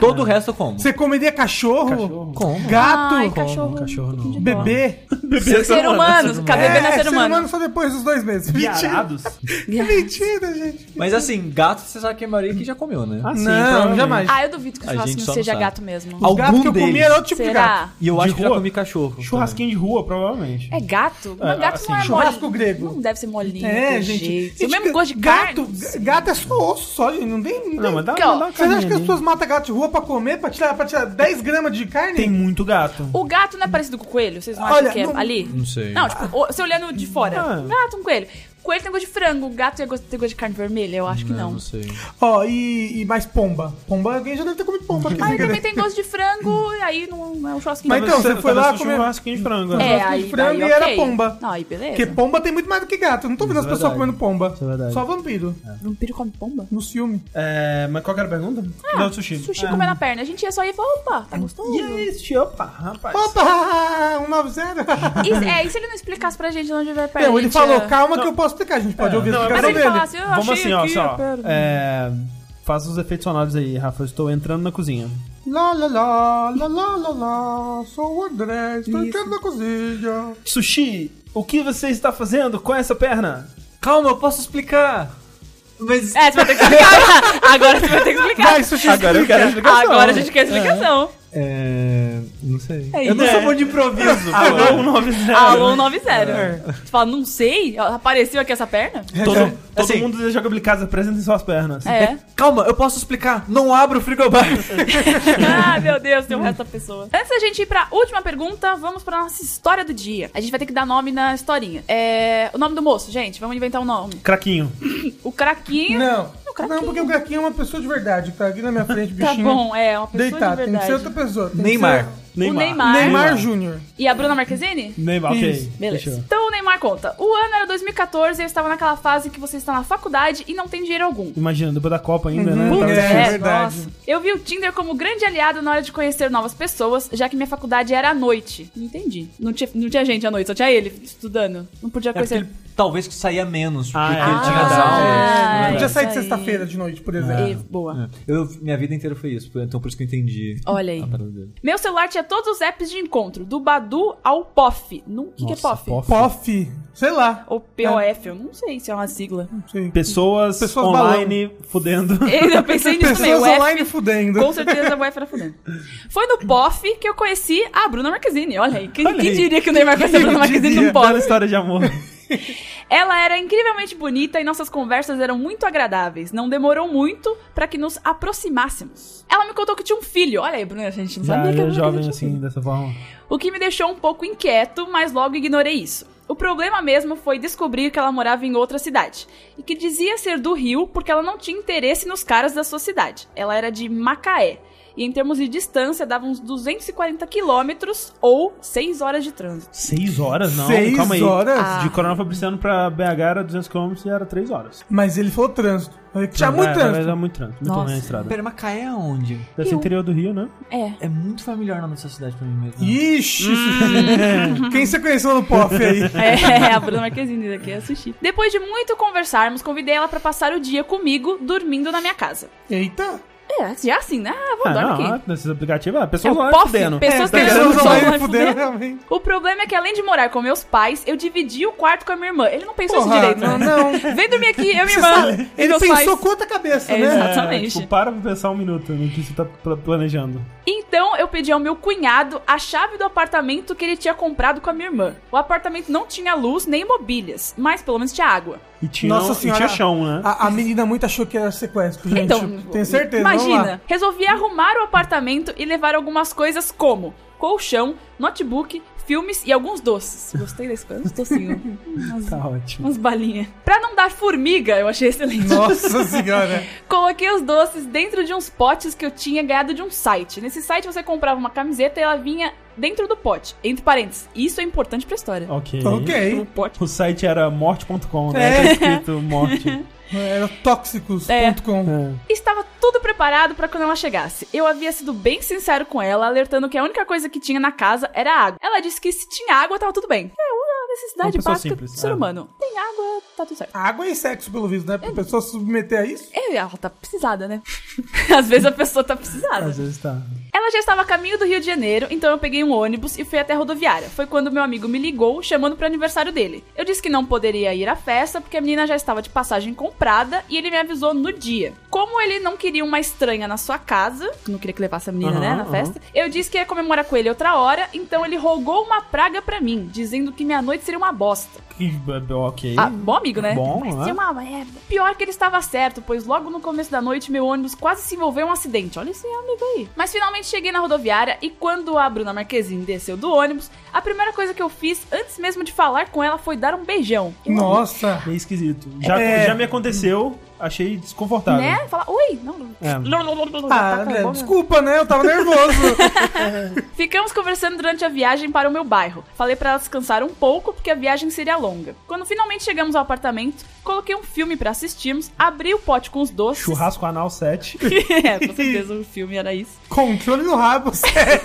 Todo o resto eu como. você comeria cachorro, Como? gato, Ai, cachorro. cachorro não. um pouquinho de dó. bebê? Bebê Ser humano, cada bebê não é É, ser humano. só depois dos dois meses. Mentira. Viarados? Que É mentira, gente. Mas assim, gato você sabe que a maioria que já comeu, né? Ah, sim, não, provavelmente. jamais. Ah, eu duvido que o A gente churrasquinho só não seja sabe. gato mesmo. O gato algum que eu comi deles. era outro tipo de gato. Será? E eu De acho que já rua? comi cachorro. Churrasquinho de rua, provavelmente. É gato? Não, É, gato assim, não é churrasco mole. grego. Não deve ser molinho. É, de gente. jeito. gente, o mesmo gosto de gato. gato. ga- Gato é só osso, só, gente. Não tem. Não, Não, tem. mas dá, Aqui, ó, dá uma Vocês acham que as carinha pessoas ali. matam gato de rua pra comer, pra tirar, pra tirar 10 gramas de carne? Tem muito gato. O gato não é parecido com o coelho? Vocês não acham Olha, que é não- ali? Não sei. Não, tipo, o- você olhando de fora. Ah. Gato, um coelho. Coelho tem gosto de frango, gato tem gosto, tem gosto de carne vermelha? Eu acho que não. Não sei. Ó, e, e mais pomba. Pomba, alguém já deve ter comido pomba aqui. Aí sem também querer. tem gosto de frango, e aí não é um churrasquinho. Mas então, você foi lá talvez seja comer- churrasquinho de frango. é, né? churrasco de aí, frango daí, e era ok. pomba. Não, aí beleza. Porque pomba tem muito mais do que gato. Eu Não tô vendo as Isso é pessoas verdade. comendo pomba. Isso é verdade. Só vampiro. Vampiro come pomba? No filme. É, mas qual que era a pergunta? não, sushi. Ah, Sushi é. comer na perna. A gente ia só ir e falar, opa, tá gostoso. E sushi, opa, rapaz. Opa! 190! E, é, e se ele não explicasse pra gente de onde vai a perna? Não, A ele gente falou, ia- calma que eu posso explicar. A gente pode ouvir a Não, Mas explicação Cadê ele dele. falasse, eu Vamos achei assim, ó, aqui, só. a perna. É, faz os efeitos sonoros aí, Rafa. Eu estou entrando na cozinha. Lá, lá, lá, lá, lá, lá, lá, sou o André, estou entrando na cozinha. Sushi, o que você está fazendo com essa perna? Calma, eu posso explicar. Mas É, você vai ter que explicar. Agora você vai ter que explicar. Vai, sushi, Agora eu quero a explicação. Agora a gente quer explicação. É. Não sei. É eu não isso. sou bom de improviso. Alô, um mano. É. 90. Alô 90. Você fala, não sei? Apareceu aqui essa perna? Todo, todo Assim. mundo da Jogabilidade Casa apresentem suas pernas. É. Calma, eu posso explicar. Não abra o frigobar. ah, meu Deus, tem o resto da pessoa. Antes da gente ir pra última pergunta, vamos pra nossa história do dia. A gente vai ter que dar nome na historinha. É. O nome do moço, gente, vamos inventar um nome. Craquinho. O craquinho. Não, O craquinho. não, porque o Gaquinho é uma pessoa de verdade, que tá aqui na minha frente, Tá bichinho. bom, é uma pessoa Deitado, de tem que verdade. Ah, é. ser outra pessoa. tem que Neymar. ser O Neymar. Neymar Júnior. E a Bruna Marquezine? Neymar, ok. Isso. Beleza. Fechou. Então o Neymar conta. O ano era 2014 e eu estava naquela fase que você está na faculdade e não tem dinheiro algum. Imagina, depois da Copa ainda, né? Uhum. Tava É, difícil. verdade. nossa. Eu vi o Tinder como grande aliado na hora de conhecer novas pessoas, já que minha faculdade era à noite. Não entendi. Não tinha, não tinha gente à noite, só tinha ele estudando. Não podia É porque conhecer. ele talvez que saía menos, porque Ah, é. ele tinha as aulas. Ah, É, podia isso sair de aí. sexta-feira de noite, por E- exemplo. boa. É. Eu, minha vida inteira foi isso, então por isso que eu entendi. Olha aí. a parada dele. Meu celular tinha todos os apps de encontro, do Badu ao POF. O que, que é Nossa, POF? POF. Pof, sei lá. Ou POF, eu não sei se é uma sigla. Não sei. Pessoas, Pessoas online fudendo. Eu pensei nisso também. Pessoas O F, online fudendo. Com certeza o F era fudendo. Foi no POF que eu conheci a Bruna Marquezine. Olha aí. Quem, Olha quem aí. diria que o Neymar conheceu a Bruna Marquezine no POF? Bela história de amor. Ela era incrivelmente bonita e nossas conversas eram muito agradáveis. Não demorou muito pra que nos aproximássemos. Ela me contou que tinha um filho. Olha aí, Bruna, a gente não Já sabia que a era Bruna jovem tinha um assim, filho. dessa forma. O que me deixou um pouco inquieto, mas logo ignorei isso. O problema mesmo foi descobrir que ela morava em outra cidade e que dizia ser do Rio porque ela não tinha interesse nos caras da sua cidade. Ela era de Macaé. E em termos de distância, dava uns 240 quilômetros ou 6 horas de trânsito. Seis horas? Não, Seis calma aí. horas? Ah. De Coronel Fabriciano pra BH era 200km e era três horas. Mas ele falou trânsito. Tinha muito trânsito. trânsito. Era muito trânsito, muito Nossa. ruim a estrada. Pera, Macaé é onde? Deve ser Eu- interior do Rio, né? É. É muito familiar o nome dessa cidade pra mim mesmo. Ixi, Hum. Sushi. Quem você conheceu no POF aí? É, a Bruna Marquezine daqui é sushi. Depois de muito conversarmos, convidei ela pra passar o dia comigo, dormindo na minha casa. Eita. É, já assim, né? Ah, vou Ah, dormir não, aqui. ah, nesses aplicativos, ah, É pessoas o lá POF, fudendo. pessoas Tá que ligado? não Não, só aí lá fuderam, fudendo. realmente. O problema é que além de morar com meus pais, eu dividi o quarto com a minha irmã. Ele não pensou Porra, isso direito. não, não. Vem dormir aqui, eu e minha Você irmã. sabe, e Ele meus pensou pais. com outra cabeça, É, né? exato. É, Exatamente. tipo, para pra pensar um minuto no que você tá pla- planejando. Então eu pedi ao meu cunhado a chave do apartamento que ele tinha comprado com a minha irmã. O apartamento não tinha luz nem mobílias, mas pelo menos tinha água. E tinha, Nossa senhora. e tinha chão, né? A, a menina muito achou que era sequestro, gente. então, Tenho certeza. vamos lá. Imagina, resolvi arrumar o apartamento e levar algumas coisas como colchão, notebook, filmes e alguns doces. Gostei desse coisa, uns docinhos, umas, Tá ótimo. umas balinhas. Pra não dar formiga, eu achei excelente. Nossa senhora. Coloquei os doces dentro de uns potes que eu tinha ganhado de um site. Nesse site você comprava uma camiseta e ela vinha dentro do pote. Entre parênteses, isso é importante pra história. Ok. O ok. pote. O site era morte.com, né? É. Tá escrito morte. Era É. tóxicos.com. É. Estava tudo preparado pra quando ela chegasse. Eu havia sido bem sincero com ela, alertando que a única coisa que tinha na casa era água. Ela disse que se tinha água, tava tudo bem. É uma Uma necessidade pessoa básica simples, do ser é. humano. Tem água, tá tudo certo. Água e sexo, pelo visto, né? Pra pessoa se submeter a isso. É, ela tá precisada, né? Às vezes a pessoa tá precisada. Às vezes tá. Ela já estava a caminho do Rio de Janeiro, então eu peguei um ônibus e fui até a rodoviária. Foi quando meu amigo me ligou, chamando para aniversário dele. Eu disse que não poderia ir à festa porque a menina já estava de passagem comprada e ele me avisou no dia. Como ele não queria uma estranha na sua casa, não queria que levasse a menina, Aham, né, na aham. festa, eu disse que ia comemorar com ele outra hora, então ele rogou uma praga para mim, dizendo que minha noite seria uma bosta. Que- Ok. Ah, bom amigo, né? Bom, Vai né? ser uma merda. Pior que ele estava certo, pois logo no começo da noite meu ônibus quase se envolveu em um acidente. Olha esse amigo aí. Mas finalmente cheguei na rodoviária e quando a Bruna Marquezine desceu do ônibus, a primeira coisa que eu fiz antes mesmo de falar com ela foi dar um beijão. Nossa. Meio esquisito. Já, É. já me aconteceu, achei desconfortável. Né? Falar, oi, não. não. É. Já Ah, tá com a né, boca. desculpa, né? Eu tava nervoso. Ficamos conversando durante a viagem para o meu bairro. Falei para ela descansar um pouco porque a viagem seria longa. Quando finalmente chegamos ao apartamento, coloquei um filme para assistirmos, abri o pote com os doces. Churrasco anal 7. é, com certeza o filme era isso. Controle no rabo, sério.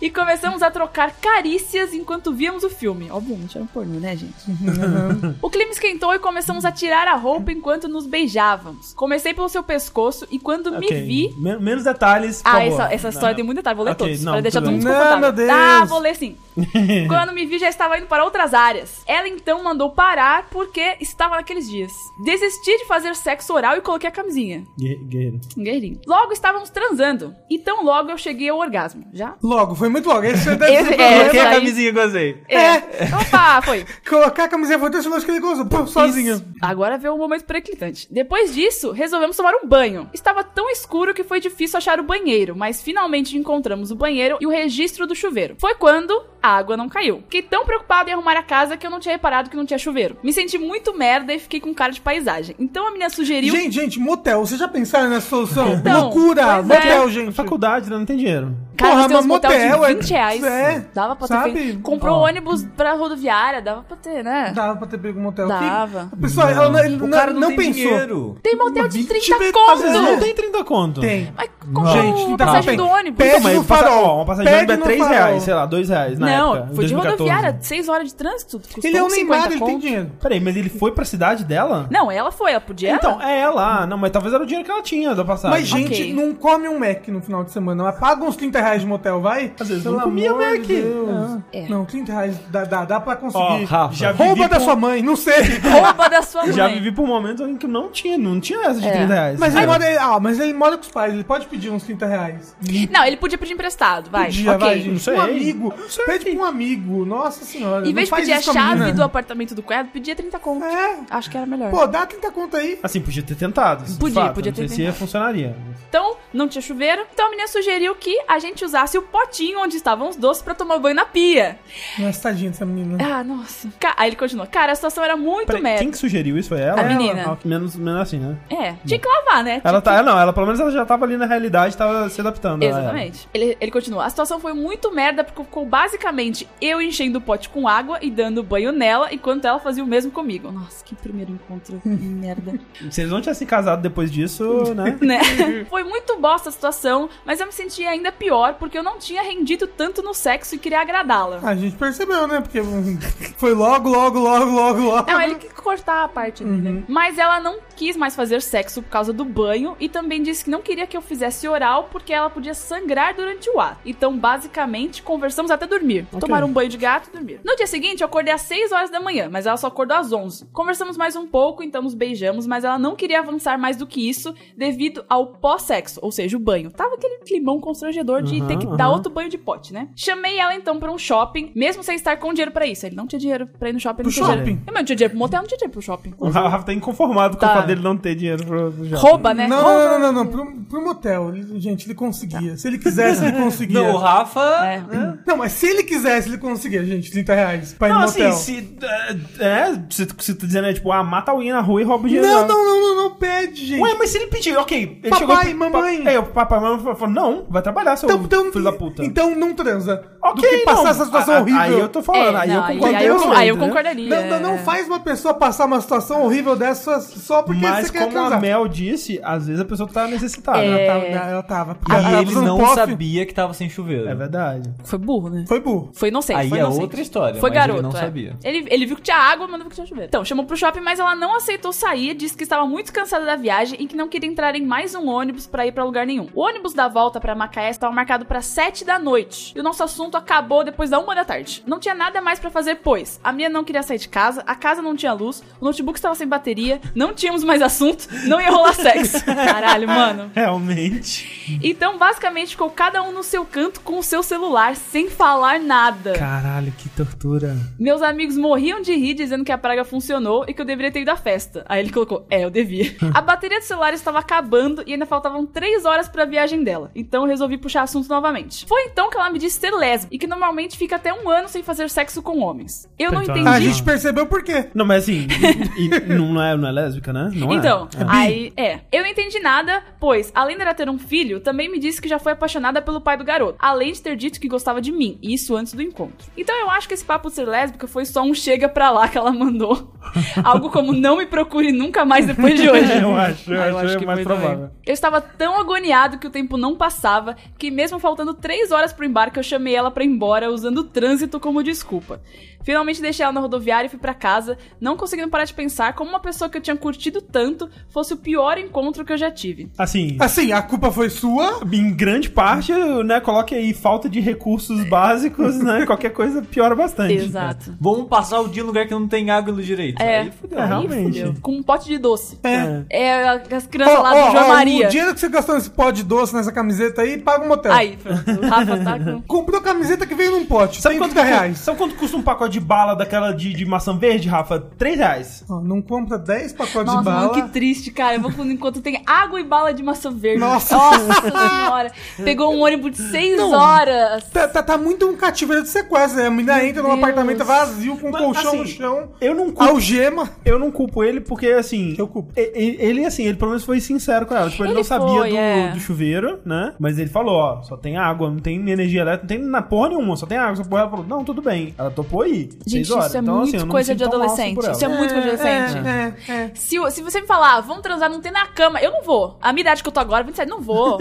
E começamos a trocar carícias enquanto víamos o filme. Obviamente era um pornô, né, gente? o clima esquentou e começamos a tirar a roupa enquanto nos beijávamos. Comecei pelo seu pescoço e quando Ok. me vi. Men- menos detalhes, por Ah, favor. essa, essa história tem muito detalhe, vou ler Ok, todos. não, pra deixar todo tudo mundo bem. desconfortável. Não, meu Deus. Ah, vou ler sim. quando me vi, já estava indo para outras áreas. Ela então mandou parar porque estava naqueles dias. Desisti de fazer sexo oral e coloquei a camisinha. Guerre- Guerreiro. Guerreirinho. Logo estávamos transando. E tão logo eu cheguei ao orgasmo. Já? Logo, foi muito logo. Esse deve Esse- ser o é, problema. esse- Coloquei a daí- camisinha que eu usei. É. Opa, foi. Colocar a camiseta foi eu acho que ele gozou. Pum, sozinho. Agora veio um momento periclitante. Depois disso, resolvemos tomar um banho. Estava tão escuro que foi difícil achar o banheiro, mas finalmente encontramos o banheiro e o registro do chuveiro. Foi quando a água não caiu. Fiquei tão preocupado em arrumar a casa que eu não tinha reparado que não tinha chuveiro. Me senti muito merda e fiquei com cara de paisagem. Então a menina sugeriu. Gente, gente, motel. Vocês já pensaram nessa solução? Então, Loucura. pois é. Motel, gente. Faculdade, né? Não tem dinheiro. Cara, Porra, nós temos mas motel motel de é- 20 reais. é, dava pra sabe? ter feito. Comprou Ó. ônibus pra rodoviária, dava pra ter, né? Dava pra ter pego um motel. Dava. Que- Pessoal, ela não, ele O não- cara não, não tem pensou. dinheiro. Tem motel de 20 30 vezes- conto! às vezes Não tem 30 conto. Tem. Mas comprou Gente, a então passagem tem. do ônibus. Pede mas no uma passa- farol. ó, uma passagem de Pede ônibus é no 3 farol. reais, sei lá, 2 reais na não, época. foi de 2014. rodoviária, 6 horas de trânsito. Custou Ele é um uns 50 Neymar, ele tem conto. dinheiro. Peraí, mas ele foi pra cidade dela? Não, ela foi, ela podia. Então, é ela. Não, mas talvez era o dinheiro que ela tinha da passagem. Mas, gente, Ok. não come um Mac no final de semana. Mas paga uns 30 reais de motel, vai? Às vezes Pelo não comia amor Mac. de Deus. É. Não, 30 reais dá, dá, dá pra Ó, conseguir. Rafa. já vivi Rouba da por- um- sua mãe, não sei. rouba da sua mãe. Já vivi por momentos em que não tinha, não tinha essa de É. 30 reais. Mas É. ele, mora, ah, mas ele mora com os pais, ele pode pedir uns 30 reais. Não, ele podia pedir emprestado, vai. Podia, ok. vai, Não gente. sei. Um amigo. Não sei. Pede pra um amigo. Nossa senhora. Em vez de não faz pedir a isso com chave menina. do apartamento do cunhado, pedia 30 conto. É. Acho que era melhor. Pô, dá 30 conto aí. Assim, podia ter tentado. de Podia, fato. podia não sei ter se funcionaria. Então, não tinha chuveiro. Então a menina sugeriu que a gente gente usasse o potinho onde estavam os doces pra tomar banho na pia. Nossa, tadinha dessa menina. Ah, nossa. Ca- Aí ele continua. Cara, a situação era muito Peraí, merda. quem que sugeriu isso? Foi A ela? Ela, menina. ó, menos, menos assim, né? É, tinha que lavar, né? Ela Tinha tá. Não, ela pelo menos ela já tava ali na realidade, tava se adaptando. a ela. Exatamente. Ele, ele continua. A situação foi muito merda porque ficou basicamente eu enchendo o pote com água e dando banho nela, enquanto ela fazia o mesmo comigo. Nossa, que primeiro encontro. que merda. Se eles não tivessem casado depois disso, né? Né? Foi muito bosta a situação, mas eu me senti ainda pior porque eu não tinha rendido tanto no sexo e queria agradá-la. A gente percebeu, né? Porque hum, foi logo, logo, logo, logo, logo. Não, ele quis cortar a parte dele. Uhum. Mas ela não quis mais fazer sexo por causa do banho e também disse que não queria que eu fizesse oral porque ela podia sangrar durante o ato. Então, basicamente, conversamos até dormir. Tomar um banho de gato e dormir. No dia seguinte, eu acordei às 6 horas da manhã, mas ela só acordou às 11. Conversamos mais um pouco, então nos beijamos, mas ela não queria avançar mais do que isso devido ao pós-sexo, ou seja, o banho. Tava aquele climão constrangedor de Uhum, ter que dar uhum. outro banho de pote, né? Chamei ela então pra um shopping, mesmo sem estar com dinheiro pra isso. Ele não tinha dinheiro pra ir no shopping. Pro não tinha dinheiro. shopping? Eu não tinha dinheiro pro motel, não tinha dinheiro pro shopping. O Rafa tá inconformado com Tá. o fato dele não ter dinheiro pro pro jogo. Rouba, né? Não, Rouba. não, não, não, não. Pro, pro motel, ele- gente, ele conseguia. Se ele quisesse, ele conseguia. Não, o Rafa. É. Não, mas se ele quisesse, ele conseguia, gente, 30 reais pra ir Não, no assim, motel. se. É, é, se tu se tu dizendo, é, tipo, ah, mata alguém na rua e rouba o dinheiro. Não, dela. não, não, não, não, pede, gente. Ué, mas se ele pedir, ok. Ele Papai, chegou pro- mamãe. Pa, é, o papai e mamãe falou, não, vai trabalhar, seu então, então, filho da puta. então não transa. ok, Do que passar não. essa situação A- a- horrível. Aí eu tô falando, É, aí eu não, concordo. aí eu- com aí eu ele, né? concordaria. Não, não, não faz uma pessoa passar uma situação horrível dessa só porque Mas você quer como a transar. Mel disse, às vezes a pessoa tá necessitada. É. Ela tava, ela tava. Ah, porque E ela tava ele usando Ah, não puff. sabia que tava sem chuveiro. É verdade. Foi burro, né? tá. Foi burro. Foi inocente. Aí foi é inocente. outra história, Foi mas ele garoto. não é. sabia. Ele, ele viu que tinha água, mas não viu que tinha chuveiro. Então, chamou pro shopping, mas ela não aceitou sair, disse que estava muito cansada da viagem e que não queria entrar em mais um ônibus pra ir pra lugar nenhum. O ônibus da volta pra Macaé estava marcado pra 7 da noite. E o nosso assunto acabou depois da uma da tarde. Não tinha nada mais pra fazer, pois a minha não queria sair de casa, a casa não tinha luz, o notebook estava sem bateria, não tínhamos mais assunto, não ia rolar sexo. Caralho, mano. Realmente. Então, basicamente, ficou cada um no seu canto com o seu celular, sem falar nada. Caralho, que tortura. Meus amigos morriam de rir dizendo que a praga funcionou e que eu deveria ter ido à festa. Aí ele colocou, é, eu devia. a bateria do celular estava acabando e ainda faltavam três horas pra viagem dela. Então eu resolvi puxar assunto novamente. Foi então que ela me disse ser lésbica e que normalmente fica até um ano sem fazer sexo com homens. Eu não Então, entendi. Ah, a Entendi. gente percebeu por quê. Não, mas assim, e- e não, é, não é lésbica, né? Não é. Então, É. aí, é. Eu não entendi nada, pois, além dela ter um filho, também me disse que já foi apaixonada pelo pai do garoto, além de ter dito que gostava de mim, e isso antes do encontro. Então eu acho que esse papo de ser lésbica foi só um chega pra lá que ela mandou. Algo como não me procure nunca mais depois de hoje. Eu acho, eu, Ah, acho, que é mais foi também. provável. Eu estava tão agoniado que o tempo não passava, que mesmo faltando três horas pro embarque, eu chamei ela pra ir embora, usando o trânsito como desculpa. Finalmente deixei ela na rodoviária e fui pra casa, não conseguindo parar de pensar como uma pessoa que eu tinha curtido tanto fosse o pior encontro que eu já tive. Assim, Assim, a culpa foi sua. em grande parte, né, coloque aí falta de recursos básicos, né? Qualquer coisa piora bastante. Exato. Vamos passar o dia em lugar que não tem água no direito. É. Aí fudeu. É, Ih, realmente. fudeu. Com um pote de doce. É. É, as Ó, crianças lá ó, do João ó, um Maria. O dinheiro que você gastou nesse pó de doce, nessa camiseta aí, paga um motel. Aí, pronto. O Rafa tá com... Comprou camiseta que veio num pote. É. Sabe quanto, 30 reais. sabe quanto custa um pacote de bala daquela de, de maçã verde, Rafa? 3 reais. Ó, não compra 10 pacotes Nossa, de bala. mano, que triste, cara. Eu vou quando- enquanto tem água e bala de maçã verde. Nossa. senhora. Pegou um ônibus de seis Não. horas. Tá, tá, tá muito um cativeiro de sequestro. né? A menina entra num Deus. apartamento vazio, com um Mas, colchão no assim, chão, Eu não culpo, algema. eu não culpo ele porque, assim... Eu culpo. e- e- Ele, assim, ele pelo menos foi sincero com ela. Tipo, ele, Ele não sabia foi, do, é. do chuveiro, né? Mas ele falou, ó, só tem água, não tem energia elétrica, não tem na porra nenhuma, só tem água. Essa porra, ela falou, não, tudo bem. Ela topou aí. Gente, seis horas. isso é Então, assim, muito eu não me coisa sinto de tão mal assim adolescente. por ela. Isso é muito coisa de adolescente. É, é, é. Se, o- se você me falar, "Ah, vamos transar, não tem na cama, eu não vou. A minha idade que eu tô agora, 27, não vou.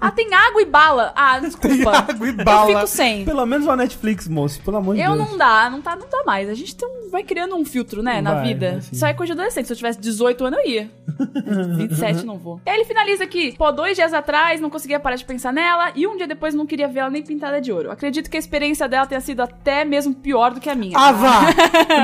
ah, tem água e bala. Ah, desculpa. água e bala. Eu fico sem. Pelo menos uma Netflix, moço, pelo amor de Eu Deus. não dá, não tá, não dá mais. A gente tem um- vai criando um filtro, né, na Vai, vida. assim. Isso aí é coisa de adolescente. Se eu tivesse 18 anos, eu ia. 27 não vou. E aí ele finaliza aqui. Pô, dois dias atrás não conseguia parar de pensar nela. E um dia depois não queria ver ela nem pintada de ouro. Acredito que a experiência dela tenha sido até mesmo pior do que a minha. Ah, vá!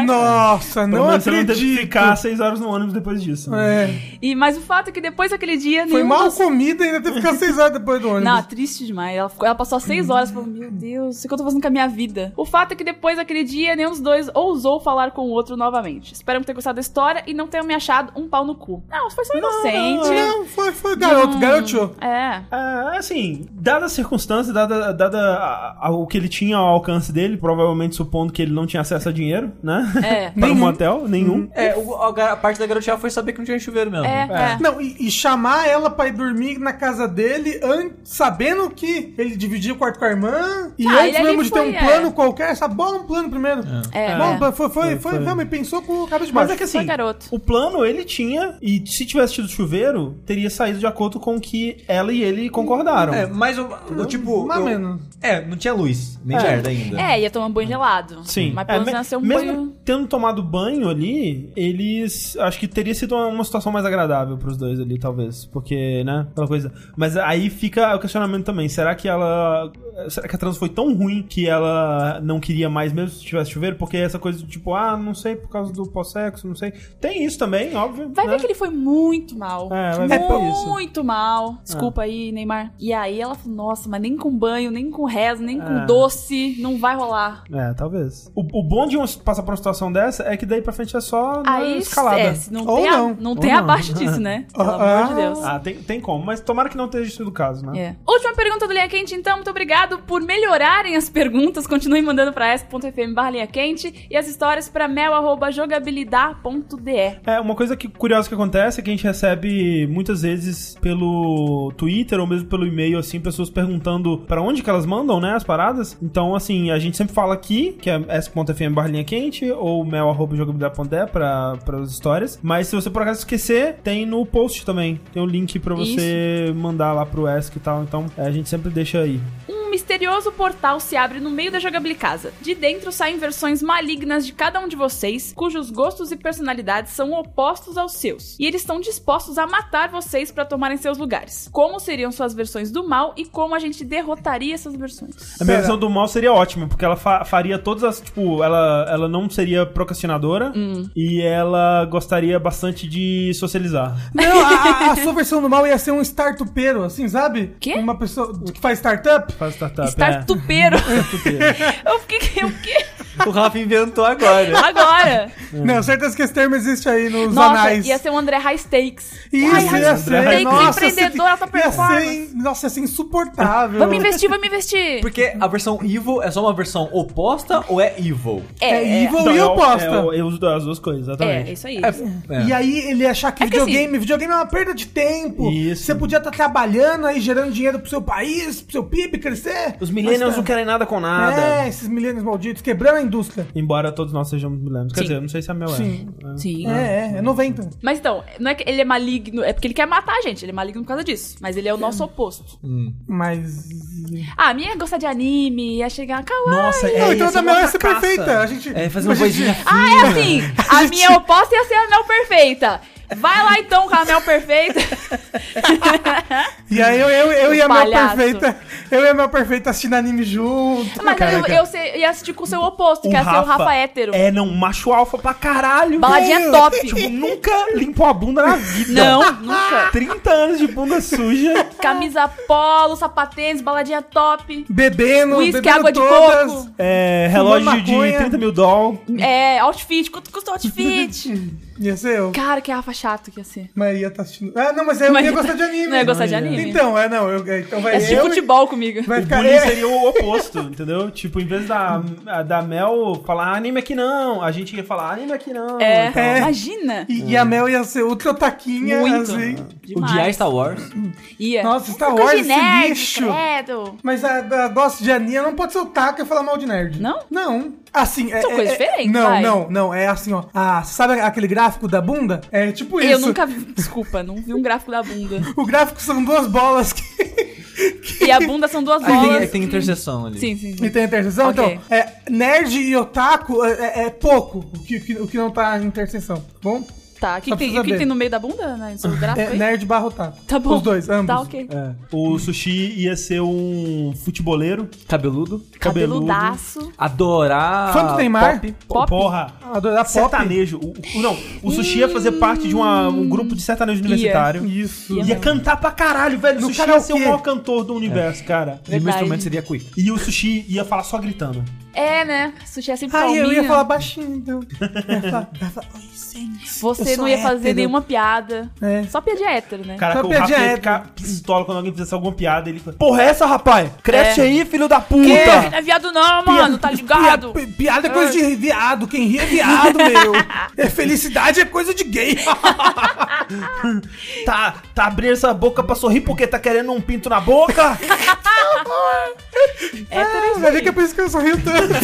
Nossa, Pelo não menos você não teve que acredito. ficar seis horas no ônibus depois disso. né? É, E, mas o fato é que depois daquele dia, foi nenhum mal dos- comida e ainda teve que ficar seis horas depois do ônibus. Não, triste demais. Ela, ficou- ela passou seis horas falando, meu Deus, isso que eu tô fazendo com a minha vida. O fato é que depois daquele dia, nenhum dos dois ousou falar com o outro novamente. Espero que tenha gostado da história e não tenham me achado um pau no cu. Não, foi só inocente. Não, foi, foi garoto, Hum, garoteou. É. Ah, assim, dada a circunstância, dada, dada a- a- o que ele tinha ao alcance dele, provavelmente supondo que ele não tinha acesso a dinheiro, né? É. Para um Nenhum. motel, nenhum. É, o- a, gar- a parte da garoteada foi saber que não tinha chuveiro mesmo. É, é. Não, e, e chamar ela pra ir dormir na casa dele, an- sabendo que ele dividia o quarto com a irmã, e Ah, ele antes ali mesmo de ter foi, um é. plano qualquer, sabe? Bola um plano primeiro. É, é. Bola um plano. foi, foi, foi, foi. realmente pensou com o cara de Mas baixo. é que assim, Foi garoto. o plano ele tinha, e se tivesse tido chuveiro, teria saído de acordo com o que ela e ele concordaram. É, mas o, o tipo. mais ou eu- menos. É, não tinha luz, nem É. merda ainda. É, ia tomar um banho gelado. Sim. Mas pelo É, me- menos ia ser um mesmo banho. tendo tomado banho ali, eles. Acho que teria sido uma, uma situação mais agradável pros dois ali, talvez. Porque, né? Aquela coisa. Mas aí fica o questionamento também. Será que ela. Será que a trans foi tão ruim que ela não queria mais mesmo se tivesse chuveiro? Porque essa coisa do tipo, ah, não sei, por causa do pós-sexo, não sei. Tem isso também, óbvio. Vai né? ver que ele foi muito mal. É, vai ver que foi isso. muito mal. Desculpa aí, Neymar. E aí ela falou: nossa, mas nem com banho, nem com rezo, nem É. com doce, não vai rolar. É, talvez. O, o bom de um passar por uma situação dessa é que daí pra frente é só né, Aí escalada. é, se não Ou tem, não. A, não Ou tem não. abaixo disso, né? Pelo Ah, amor de Deus. Ah, tem, tem como, mas tomara que não tenha sido o caso, né? É. Última pergunta do Linha Quente, então. Muito obrigado por melhorarem as perguntas. Continuem mandando pra s.fm barra Linha Quente e as histórias pra mel.jogabilidade.de. É, uma coisa que, curiosa que acontece é que a gente recebe muitas vezes pelo Twitter ou mesmo pelo e-mail, assim, pessoas perguntando pra onde que elas mandam, né, as paradas. Então, assim, a gente sempre fala aqui, que é s.fm barrinha quente ou mel.jogabilidade.de pra, para as histórias. Mas se você por acaso esquecer, tem no post também. Tem o link pra você mandar lá pro ESC e tal. Então, é, a gente sempre deixa aí. Um misterioso portal se abre no meio da jogabilicasa. De dentro saem versões malignas de cada um de vocês, cujos gostos e personalidades são opostos aos seus. E eles estão dispostos a matar vocês pra tomarem seus lugares. Como seriam suas versões do mal e como a gente derrotaria essas versões? A minha Será? versão do mal seria ótima, porque ela fa- faria todas as. Tipo, ela, ela não seria procrastinadora Hum. e ela gostaria bastante de socializar. Não, a, a- a sua versão do mal ia ser um startupeiro, assim, sabe? Quê? Uma pessoa que faz startup. Faz startup. é. Estar tupeiro. Eu fiquei. O quê? O Rafa inventou agora. Agora! Não, certeza que esse termo existe aí nos Nossa, anais. ia ser um André High Stakes. Isso, Ai, High ia ser. Stakes, nossa, ia ser- empreendedor, alta ia ser, performance. in- nossa, ia ser insuportável. Vamos investir, vamos investir. Porque a versão evil é só uma versão oposta ou é evil? É evil Então, e eu- oposta. Eu, eu uso as duas coisas, É, exatamente. isso aí. É. E aí ele ia achar que É que videogame, videogame é uma perda de tempo. Isso. Você podia estar trabalhando aí, gerando dinheiro pro seu país, pro seu PIB crescer. Os millennials Mas, não querem nada com nada. É, esses milênios malditos, quebrando a indústria. Embora todos nós sejamos millennials. Quer Sim. dizer, eu não sei se a Mel é. Sim. Sim. É, é, é 90. Mas então, não é que ele é maligno, é porque ele quer matar a gente, ele é maligno por causa disso. Mas ele é o nosso oposto. Mas. Ah, a minha ia gostar de anime, ia chegar kawaii. Nossa, é Não, então a isso, da Mel uma ia ser carcaça. perfeita. A gente- É, fazer uma a gente- coisinha Ah, é assim! A minha oposta ia ser a Mel Perfeita. Vai lá então com a Mel Perfeita. E aí eu, eu, eu e a Mel Palhaço. perfeita. Eu e a Mel perfeita assistindo anime junto. Mas eu, Caraca. eu sei- ia assistir com o seu oposto, que ia ser o Rafa hétero. Um É, não, macho alfa pra caralho. Baladinha velho. top. Tipo, nunca limpou a bunda na vida. Não, nunca. 30 anos de bunda suja. Tá. Camisa polo, sapatênis, baladinha top. Bebendo, Whisky, bebendo água de todas. coco. É, relógio de maconha. 30 mil dólares. É, outfit, quanto custa o outfit? Ia ser eu. Cara, que Rafa chato que ia ser. Maria tá assistindo. Ah, não, mas eu Mas- ia gostar de anime. tá- Não ia gostar de anime. Então, é, não. Eu, então vai Ia assistir eu e- futebol comigo. Vai O ficar. bullying seria o oposto, entendeu? Tipo, em vez da, a- da Mel falar anime aqui não, a gente ia falar anime aqui não. É, então. É. imagina. E, e a Mel ia ser ultra taquinha, Muito. assim. Demais. Odiar Star Wars. Ia. Nossa, Star Uma coisa Wars, de esse nerd, lixo. credo. Mas a, a gosto de aninha não pode ser o taco e falar mal de nerd. Não? Não. Assim, é. São é- coisas é- diferentes, Não, vai. não, não. É assim, ó. Ah, sabe aquele gráfico da bunda? É tipo isso. Eu nunca vi, desculpa, não vi um gráfico da bunda. O gráfico são duas bolas que. E a bunda são duas Aí tem, aí bolas. tem interseção ali. Sim, sim, E sim. tem a interseção. Ok. Então, é, nerd e otaku é, é- é pouco o que, o que- o que não tá em interseção, tá bom? Tá, o que, Só que tem, pra o que saber. tem no meio da bunda? Né? Isso, o gráfico É, aí? nerd barra otaku. Tá bom. Os dois, ambos. É. Tá ok. O sushi ia ser um futeboleiro. Cabeludo. Cabeludo. Cabeludaço. Adorar. Fã do Neymar? pop. Pop. Porra. Adorar é pop. Sertanejo. O, o- não, o sushi ia fazer parte de uma- um grupo de sertanejo universitário. Isso. Ia Ia cantar pra caralho, velho. O No sushi ia ser o karaokê. maior cantor do universo, cara. E meu Verdade. instrumento seria cuica. E o sushi ia falar só gritando. É, né? Sushi é sempre Aí calminha. Ah, eu ia falar baixinho, então. Eu ia falar, eu ia falar, "Oi, gente." Você eu não sou ia fazer hétero. nenhuma piada. É. Só piada de hétero, né? Caraca, Só o Rafa pedia ia hétero. ficar pistola quando alguém fizesse alguma piada. Ele Porra, é essa, rapaz? Cresce É. aí, filho da puta! Que? Não é viado não, mano, tá ligado? Pi- Piada é coisa de viado, quem ri é viado, meu. É felicidade é coisa de gay. Tá, tá abrindo essa boca pra sorrir porque tá querendo um pinto na boca? Hétero é isso Vai ver aí. que é por isso que eu sorrio tanto.